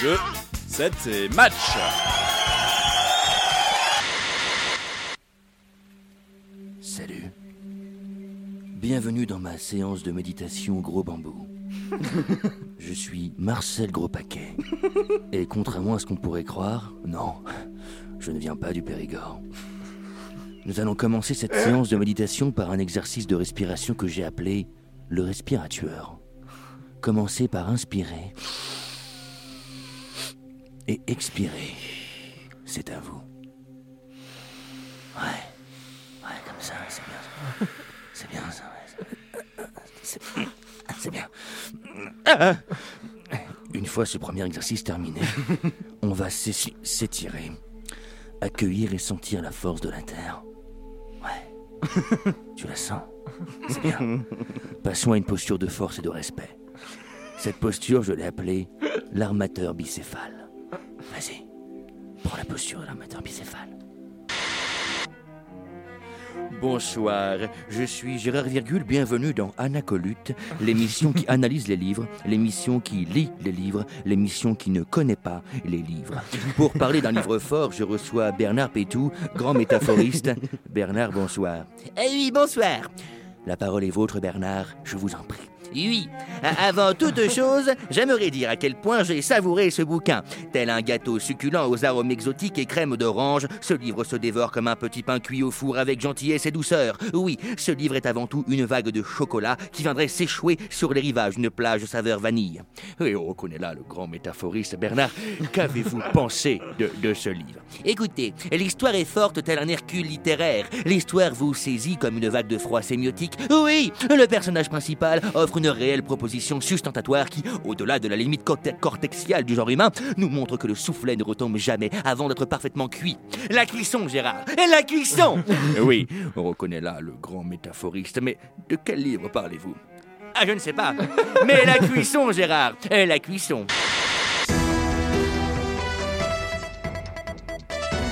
S2: Jeu, 7 et match. Salut. Bienvenue dans ma séance de méditation gros bambou. Je suis Marcel Gros Paquet. Et contrairement à ce qu'on pourrait croire, non, je ne viens pas du Périgord. Nous allons commencer cette séance de méditation par un exercice de respiration que j'ai appelé le respirateur. Commencez par inspirer et expirer. C'est à vous. Ouais, ouais, comme ça, c'est bien. ça. C'est bien ça, ouais. C'est c'est bien. Ah. Une fois ce premier exercice terminé, on va s'essi- s'étirer, accueillir et sentir la force de la terre. Ouais. Tu la sens C'est bien. Passons à une posture de force et de respect. Cette posture, je l'ai appelée l'armateur bicéphale. Vas-y, prends la posture de l'armateur bicéphale. Bonsoir, je suis Gérard Virgule, bienvenue dans Anacolute, l'émission qui analyse les livres, l'émission qui lit les livres, l'émission qui ne connaît pas les livres. Pour parler d'un livre fort, je reçois Bernard Pétou, grand métaphoriste. Bernard, bonsoir. Eh oui, bonsoir. La parole est vôtre, Bernard, je vous en prie. Oui, a- avant toute chose, j'aimerais dire à quel point j'ai savouré ce bouquin. Tel un gâteau succulent aux arômes exotiques et crème d'orange, ce livre se dévore comme un petit pain cuit au four avec gentillesse et douceur. Oui, ce livre est avant tout une vague de chocolat qui viendrait s'échouer sur les rivages d'une plage saveur vanille. Et on reconnaît là le grand métaphoriste Bernard. Qu'avez-vous pensé de, de ce livre Écoutez, l'histoire est forte tel un Hercule littéraire. L'histoire vous saisit comme une vague de froid sémiotique. Oui, le personnage principal offre une réelle proposition sustentatoire qui, au-delà de la limite corte- cortexiale du genre humain, nous montre que le soufflet ne retombe jamais avant d'être parfaitement cuit. La cuisson, Gérard La cuisson Euh, Oui, on reconnaît là le grand métaphoriste, mais de quel livre parlez-vous Ah, je ne sais pas. Mais la cuisson, Gérard Eh, La cuisson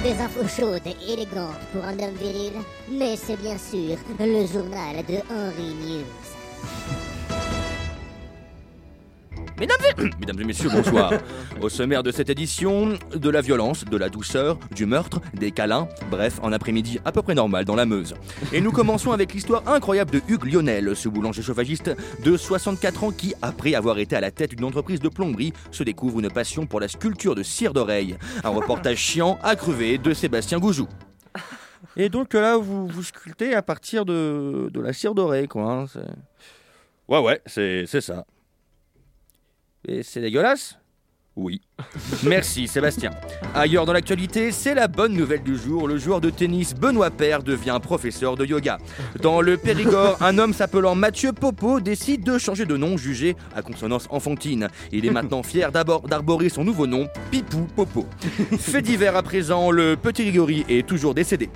S16: Des infos chaudes, élégantes pour un homme viril, mais c'est bien sûr le journal de Henry News.
S2: Mesdames et, Mesdames et messieurs, bonsoir. Au sommaire de cette édition, de la violence, de la douceur, du meurtre, des câlins, bref, un après-midi à peu près normal dans la Meuse. Et nous commençons avec l'histoire incroyable de Hugues Lionel, ce boulanger chauffagiste de 64 ans qui, après avoir été à la tête d'une entreprise de plomberie, se découvre une passion pour la sculpture de cire d'oreille. Un reportage chiant à crever de Sébastien Goujou.
S11: Et donc là, vous, vous sculptez à partir de, de la cire dorée, quoi. hein, c'est-
S2: Ouais, ouais, c'est ça.
S11: Et c'est dégueulasse
S2: Oui. Merci Sébastien. Ailleurs dans l'actualité, c'est la bonne nouvelle du jour. Le joueur de tennis Benoît Père devient professeur de yoga. Dans le Périgord, un homme s'appelant Mathieu Popo décide de changer de nom jugé à consonance enfantine. Il est maintenant fier d'abord d'arborer son nouveau nom, Pipou Popo. Fait divers à présent, le petit Rigori est toujours décédé.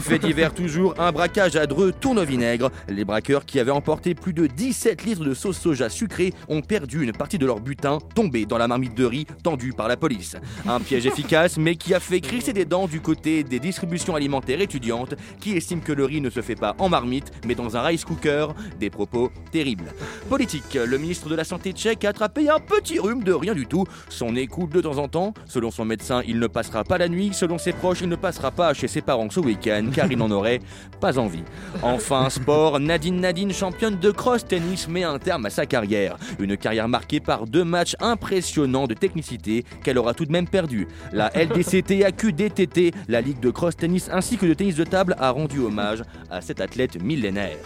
S2: Fait divers toujours, un braquage à Dreux tourne au vinaigre. Les braqueurs qui avaient emporté plus de 17 litres de sauce soja sucrée ont perdu une partie de leur butin tombé dans la marmite de riz tendue par la police. Un piège efficace mais qui a fait crisser des dents du côté des distributions alimentaires étudiantes qui estiment que le riz ne se fait pas en marmite mais dans un rice cooker. Des propos terribles. Politique, le ministre de la Santé tchèque a attrapé un petit rhume de rien du tout. Son nez coule de temps en temps. Selon son médecin, il ne passera pas la nuit. Selon ses proches, il ne passera pas chez ses parents ce week-end car il n'en aurait pas envie. Enfin, sport, Nadine Nadine, championne de cross-tennis, met un terme à sa carrière. Une carrière marquée par deux matchs impressionnants de technicité qu'elle aura tout de même perdu. La LDCT AQDTT, la Ligue de cross-tennis ainsi que de tennis de table, a rendu hommage à cet athlète millénaire.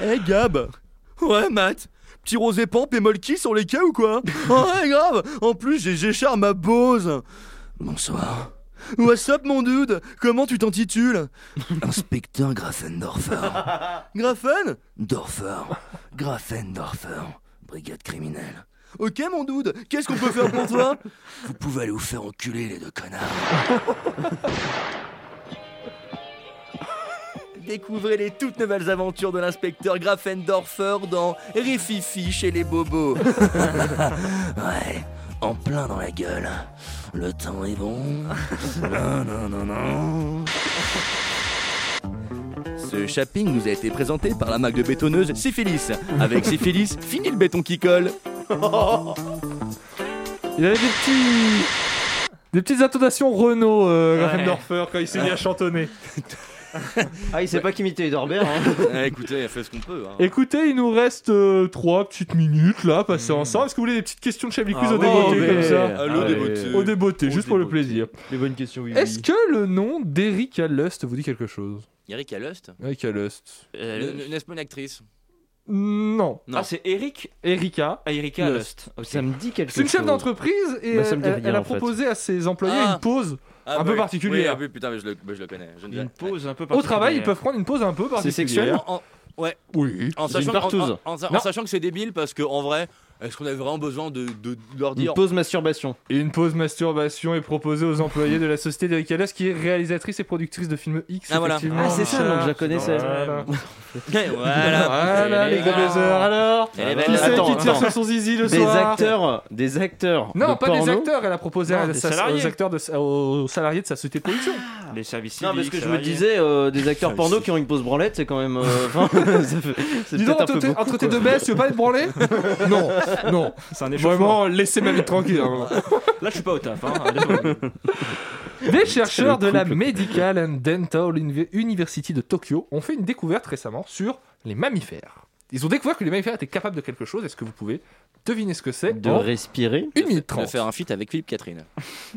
S2: Eh Gab Ouais Matt Petit rosé pamp et molki sur les cas ou quoi Ouais grave En plus j'ai Géchard ma Bose Bonsoir. What's up mon dude Comment tu t'intitules Inspecteur Grafendorfer. Grafen Dorfer. Grafendorfer. Brigade criminelle. Ok mon dude, qu'est-ce qu'on peut faire pour toi Vous pouvez aller vous faire enculer les deux connards. découvrez les toutes nouvelles aventures de l'inspecteur Grafendorfer dans Rififi chez les bobos. ouais, en plein dans la gueule. Le temps est bon. Non, non, non, non. Ce shopping nous a été présenté par la marque de bétonneuse Syphilis. Avec Syphilis, fini le béton qui colle.
S1: Il avait des petits. Des petites intonations Renault, euh,
S9: Ouais.
S1: Grafendorfer, quand il s'est mis à chantonner.
S9: Ah, il sait pas qu'imiter Edorbert.
S1: hein.
S15: écoutez, fait ce qu'on peut.
S2: Ah.
S9: hein.
S1: Écoutez, il nous reste euh, trois petites minutes là,
S2: Hmm.
S1: passer ensemble. Est-ce que vous voulez des petites questions de Chablicus
S9: Ah
S1: au
S9: oui, Ah
S1: débeauté
S9: mais-
S1: comme ça
S9: Allô, Allez. débeauté.
S1: Au débeauté, juste pour le plaisir.
S9: Les bonnes questions, oui.
S1: Est-ce que le nom d'Eric Allust vous dit quelque chose
S2: Eric Allust
S1: Eric Allust.
S2: Ne- N'est-ce pas Euh, une actrice
S1: Non.
S10: Ah, c'est Eric
S2: Ah,
S1: Erika.
S10: Erika Lust. Ok.
S9: Ça me dit quelque
S1: C'est une chef
S9: chose.
S1: d'entreprise et
S9: Bah, ça
S1: elle,
S9: me dit
S1: elle-
S9: rien,
S1: elle a
S9: en fait.
S1: proposé à ses employés
S2: Ah.
S1: une pause
S2: Ah,
S1: un
S2: bah
S1: peu hein.
S2: oui.
S1: particulière.
S2: Oui, ah oui, putain, mais je le, mais je le connais. je ne-
S10: Une pause un peu
S1: Au travail, ils peuvent prendre une pause un peu particulière.
S2: En- en- Ouais.
S1: Oui.
S2: En
S1: C'est une
S2: sachant,
S1: partouze.
S2: en- en- en sa- en
S1: Non.
S2: sachant que c'est débile parce que en vrai, est-ce qu'on avait vraiment besoin de, de- de leur
S1: Une
S2: dire
S1: pause
S9: masturbation.
S1: Une pause masturbation est proposée aux employés de la société d'Eric Allers, qui est réalisatrice et productrice de films X.
S2: Ah, voilà.
S1: effectivement.
S2: Ah, c'est ça, donc je la
S9: connaissais.
S1: Voilà,
S2: Ouais, voilà.
S1: Voilà, les gros baisers. Alors, qui
S9: Elle est
S1: c'est
S9: belle.
S1: qui
S9: Attends,
S1: tire
S9: attends.
S1: sur son zizi le
S9: Des
S1: soir
S9: acteurs, des acteurs. de
S1: Non, pas
S9: porno.
S1: des acteurs. Elle a proposé
S9: Non,
S1: à
S9: des
S1: sa-
S9: salariés. Ah.
S1: aux, acteurs de, sa- aux salariés de sa société de production.
S10: Les services
S9: Non, parce que je me
S10: salariés.
S9: disais, euh, des acteurs porno qui ont une pause branlette, c'est quand même. euh, enfin, ça fait- c'est
S1: Dis
S9: peut-être
S1: donc,
S9: un peu
S1: entre, tes-
S9: beaucoup,
S1: entre tes
S9: quoi.
S1: deux baisses, tu veux pas être branlé Non, non.
S10: C'est un
S1: Vraiment, laissez ma vie tranquille. hein.
S10: Là, je suis pas au taf. Hein.
S1: Des chercheurs de
S10: C'est le
S1: la
S10: couple.
S1: Medical and Dental Univ- University de Tokyo ont fait une découverte récemment sur les mammifères. Ils ont découvert que les mammifères étaient capables de quelque chose. Est-ce que vous pouvez deviner ce que c'est
S9: De
S1: en
S9: respirer.
S1: 1 minute
S2: de
S1: 30
S2: faire un feat avec Philippe Catherine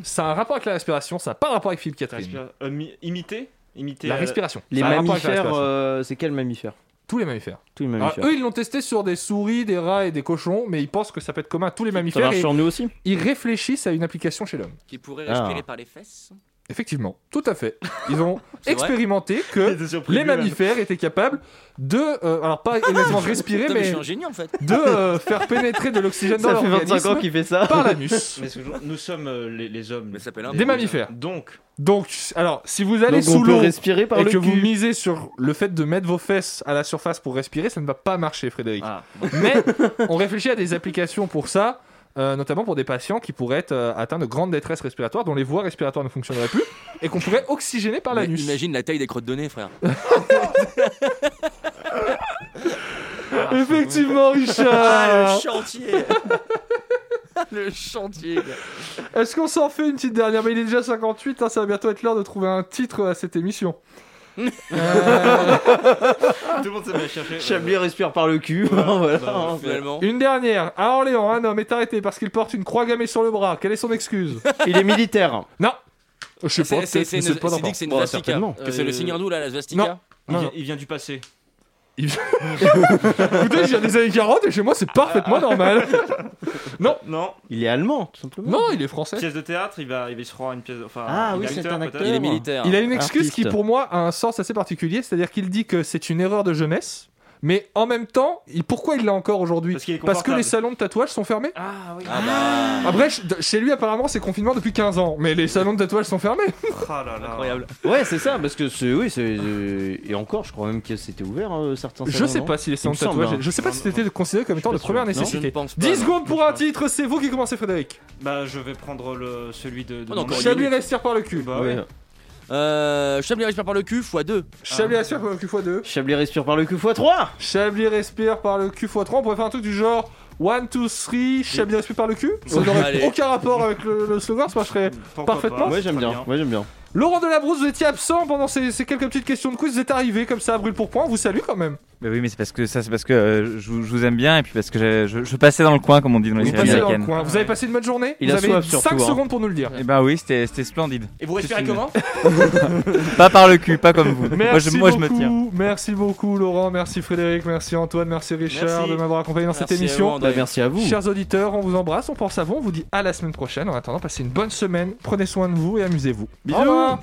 S1: Ça a un rapport avec la respiration, ça n'a pas un rapport avec Philippe Catherine.
S10: Respira- euh, mi- imiter Imiter
S1: La
S10: euh,
S1: respiration.
S9: Les
S1: Ça a un rapport avec la
S9: mammifères,
S1: respiration.
S9: euh, c'est quel mammifère
S1: Tous les mammifères.
S9: Tous
S10: Ah,
S9: les
S1: Alors,
S9: mammifères.
S1: Ah, eux, ils l'ont testé sur des souris, des rats et des cochons, mais ils pensent que ça peut être commun à tous les
S9: ça
S1: mammifères.
S9: marche
S1: et
S9: sur nous aussi
S1: Ils réfléchissent à une application chez l'homme.
S2: qui pourrait
S9: Ah.
S2: respirer par les fesses.
S1: Effectivement, tout à fait. Ils ont
S2: C'est vrai
S1: expérimenté que
S2: surpris,
S1: les
S2: lui, là.
S1: mammifères étaient capables de, euh, alors pas exactement respirer,
S2: Putain, mais je
S1: mais
S2: suis un génie, en fait.
S1: de euh, faire pénétrer de l'oxygène dans
S9: Ça
S1: leur
S9: fait 25 ans
S1: organisme
S9: qu'il fait ça.
S1: par l'anus.
S10: Mais ce que je- nous sommes euh, les, les hommes. Mais
S2: s'appelle
S1: Des mammifères.
S10: Donc,
S1: Donc, alors, si vous allez
S9: Donc on
S1: sous
S9: peut
S1: l'eau
S9: respirer par
S1: et
S9: le
S1: que vous
S9: cul.
S1: misez sur le fait de mettre vos fesses à la surface pour respirer, ça ne va pas marcher, Frédéric.
S2: Ah,
S1: Mais on réfléchit à des applications pour ça. euh, notamment pour des patients qui pourraient être euh, atteints de grandes détresses respiratoires, dont les voies respiratoires ne fonctionneraient plus, et qu'on pourrait oxygéner par
S2: Mais
S1: l'anus.
S2: imagine la taille des crottes de nez, frère.
S1: Effectivement, Richard. Euh,
S2: Ah, le chantier Le chantier
S1: Est-ce qu'on s'en fait une petite dernière Mais il est déjà 58, hein, ça va bientôt être l'heure de trouver un titre à cette émission. Euh,
S10: tout le monde s'est mis à chercher. euh,
S9: Chablis respire par le cul. voilà.
S10: bah, finalement.
S1: Une dernière. À Orléans, un homme est arrêté parce qu'il porte une croix gammée sur le bras. Quelle est son excuse
S9: Il est militaire.
S1: Non. Je sais
S2: C'est
S1: pas,
S2: c'est-
S1: peut-être,
S2: c'est
S1: mais
S2: une-
S1: c'est
S2: c'est
S1: pas
S2: dit
S1: d'enfant.
S2: que c'est une
S1: Bon,
S2: svastika.
S1: certainement.
S2: Que c'est
S10: Euh,
S2: le signardou, là, la
S1: Non.
S2: svastika
S10: Il,
S1: non,
S10: vient,
S1: non.
S10: il vient du passé.
S1: Il- Écoutez, je viens des années 40 et chez moi, c'est
S2: Ah.
S1: parfaitement normal.
S10: Non.
S9: Il est allemand, tout simplement.
S1: Non, il est français.
S10: Pièce de théâtre, il va, il va se rendre une pièce. Enfin,
S9: Ah
S10: il
S9: oui,
S10: est
S9: c'est un
S10: peut-être. Ah,
S9: acteur.
S2: Il est militaire.
S1: Il a une excuse
S9: Artiste.
S1: qui, pour moi, a un sens assez particulier. C'est-à-dire qu'il dit que c'est une erreur de jeunesse. Mais en même temps, il- pourquoi il l'a encore aujourd'hui
S10: Parce qu'il est
S1: Parce que
S10: confortable.
S1: les salons de tatouage sont fermés.
S10: Ah oui.
S2: Ah bah...
S1: Après, ch- de- chez lui, apparemment, c'est confinement depuis 15 ans, mais les salons de tatouage sont fermés.
S10: Ah là là.
S2: Incroyable.
S9: Ouais, c'est ça, parce que c'est. Oui, c'est. euh, Et encore, je crois même que c'était ouvert euh, certains
S1: Je
S9: salons,
S1: sais
S9: non
S1: pas si les salons de
S9: Il me semble,
S1: tatouage.
S9: hein.
S1: Je sais pas si c'était considéré comme étant de
S9: pas sûr.
S1: première
S9: Non, je
S1: nécessité.
S2: ne pense pas,
S1: 10
S2: non.
S1: secondes pour un titre, c'est vous qui commencez, Frédéric.
S10: Bah, je vais prendre le, celui de. de
S2: Oh,
S10: mon
S2: encore
S10: ami.
S1: Chablis respire par le cul.
S10: Bah
S9: Ouais.
S10: ouais.
S2: Euh, Chablis respire par le cul, Hein. x 2.
S1: Chablis respire par le cul x2.
S9: Chablis respire par le cul x3
S1: Chablis respire par le cul x3. On pourrait faire un truc du genre 1, 2, 3, Chablis respire par le cul. Ça
S2: Ouais,
S1: n'aurait
S2: allez. Hmm,
S1: aucun rapport avec le, le slogan, ça marcherait.
S10: Pourquoi
S1: Parfaitement.
S10: pas.
S9: Ouais, j'aime
S10: Très
S9: bien. Ouais, j'aime bien.
S1: Laurent Delabrousse, vous étiez absent pendant ces, ces quelques petites questions de quiz. Vous êtes arrivé comme ça à brûle pour point. On vous salue quand même.
S17: Bah oui, mais c'est parce que ça, c'est parce que euh, je, vous- je vous aime bien et puis parce que je, je- je passais dans le coin, comme on dit dans les
S1: Vous,
S17: séries
S1: passez dans le
S17: américaines.
S1: coin. vous avez passé une bonne journée.
S9: Il
S1: vous
S9: a
S1: avez
S9: soif,
S1: 5
S9: surtout, hein.
S1: secondes pour nous le dire.
S17: Et bah oui, c'était c'était splendide.
S2: Et vous respirez
S17: Juste une-
S2: comment
S17: Pas par le cul, pas comme vous. moi, je,
S1: Merci
S17: moi, je me
S1: beaucoup,
S17: tiens.
S1: Merci beaucoup Laurent, merci Frédéric, merci Antoine, merci Richard
S2: Merci.
S1: de m'avoir accompagné dans
S2: Merci
S1: cette
S2: à vous,
S1: émission.
S9: Bah,
S2: André.
S9: merci à vous.
S1: Chers auditeurs, on vous embrasse, on pense à vous, on vous dit à la semaine prochaine. En attendant, passez une bonne semaine, prenez soin de vous et amusez-vous. Au revoir.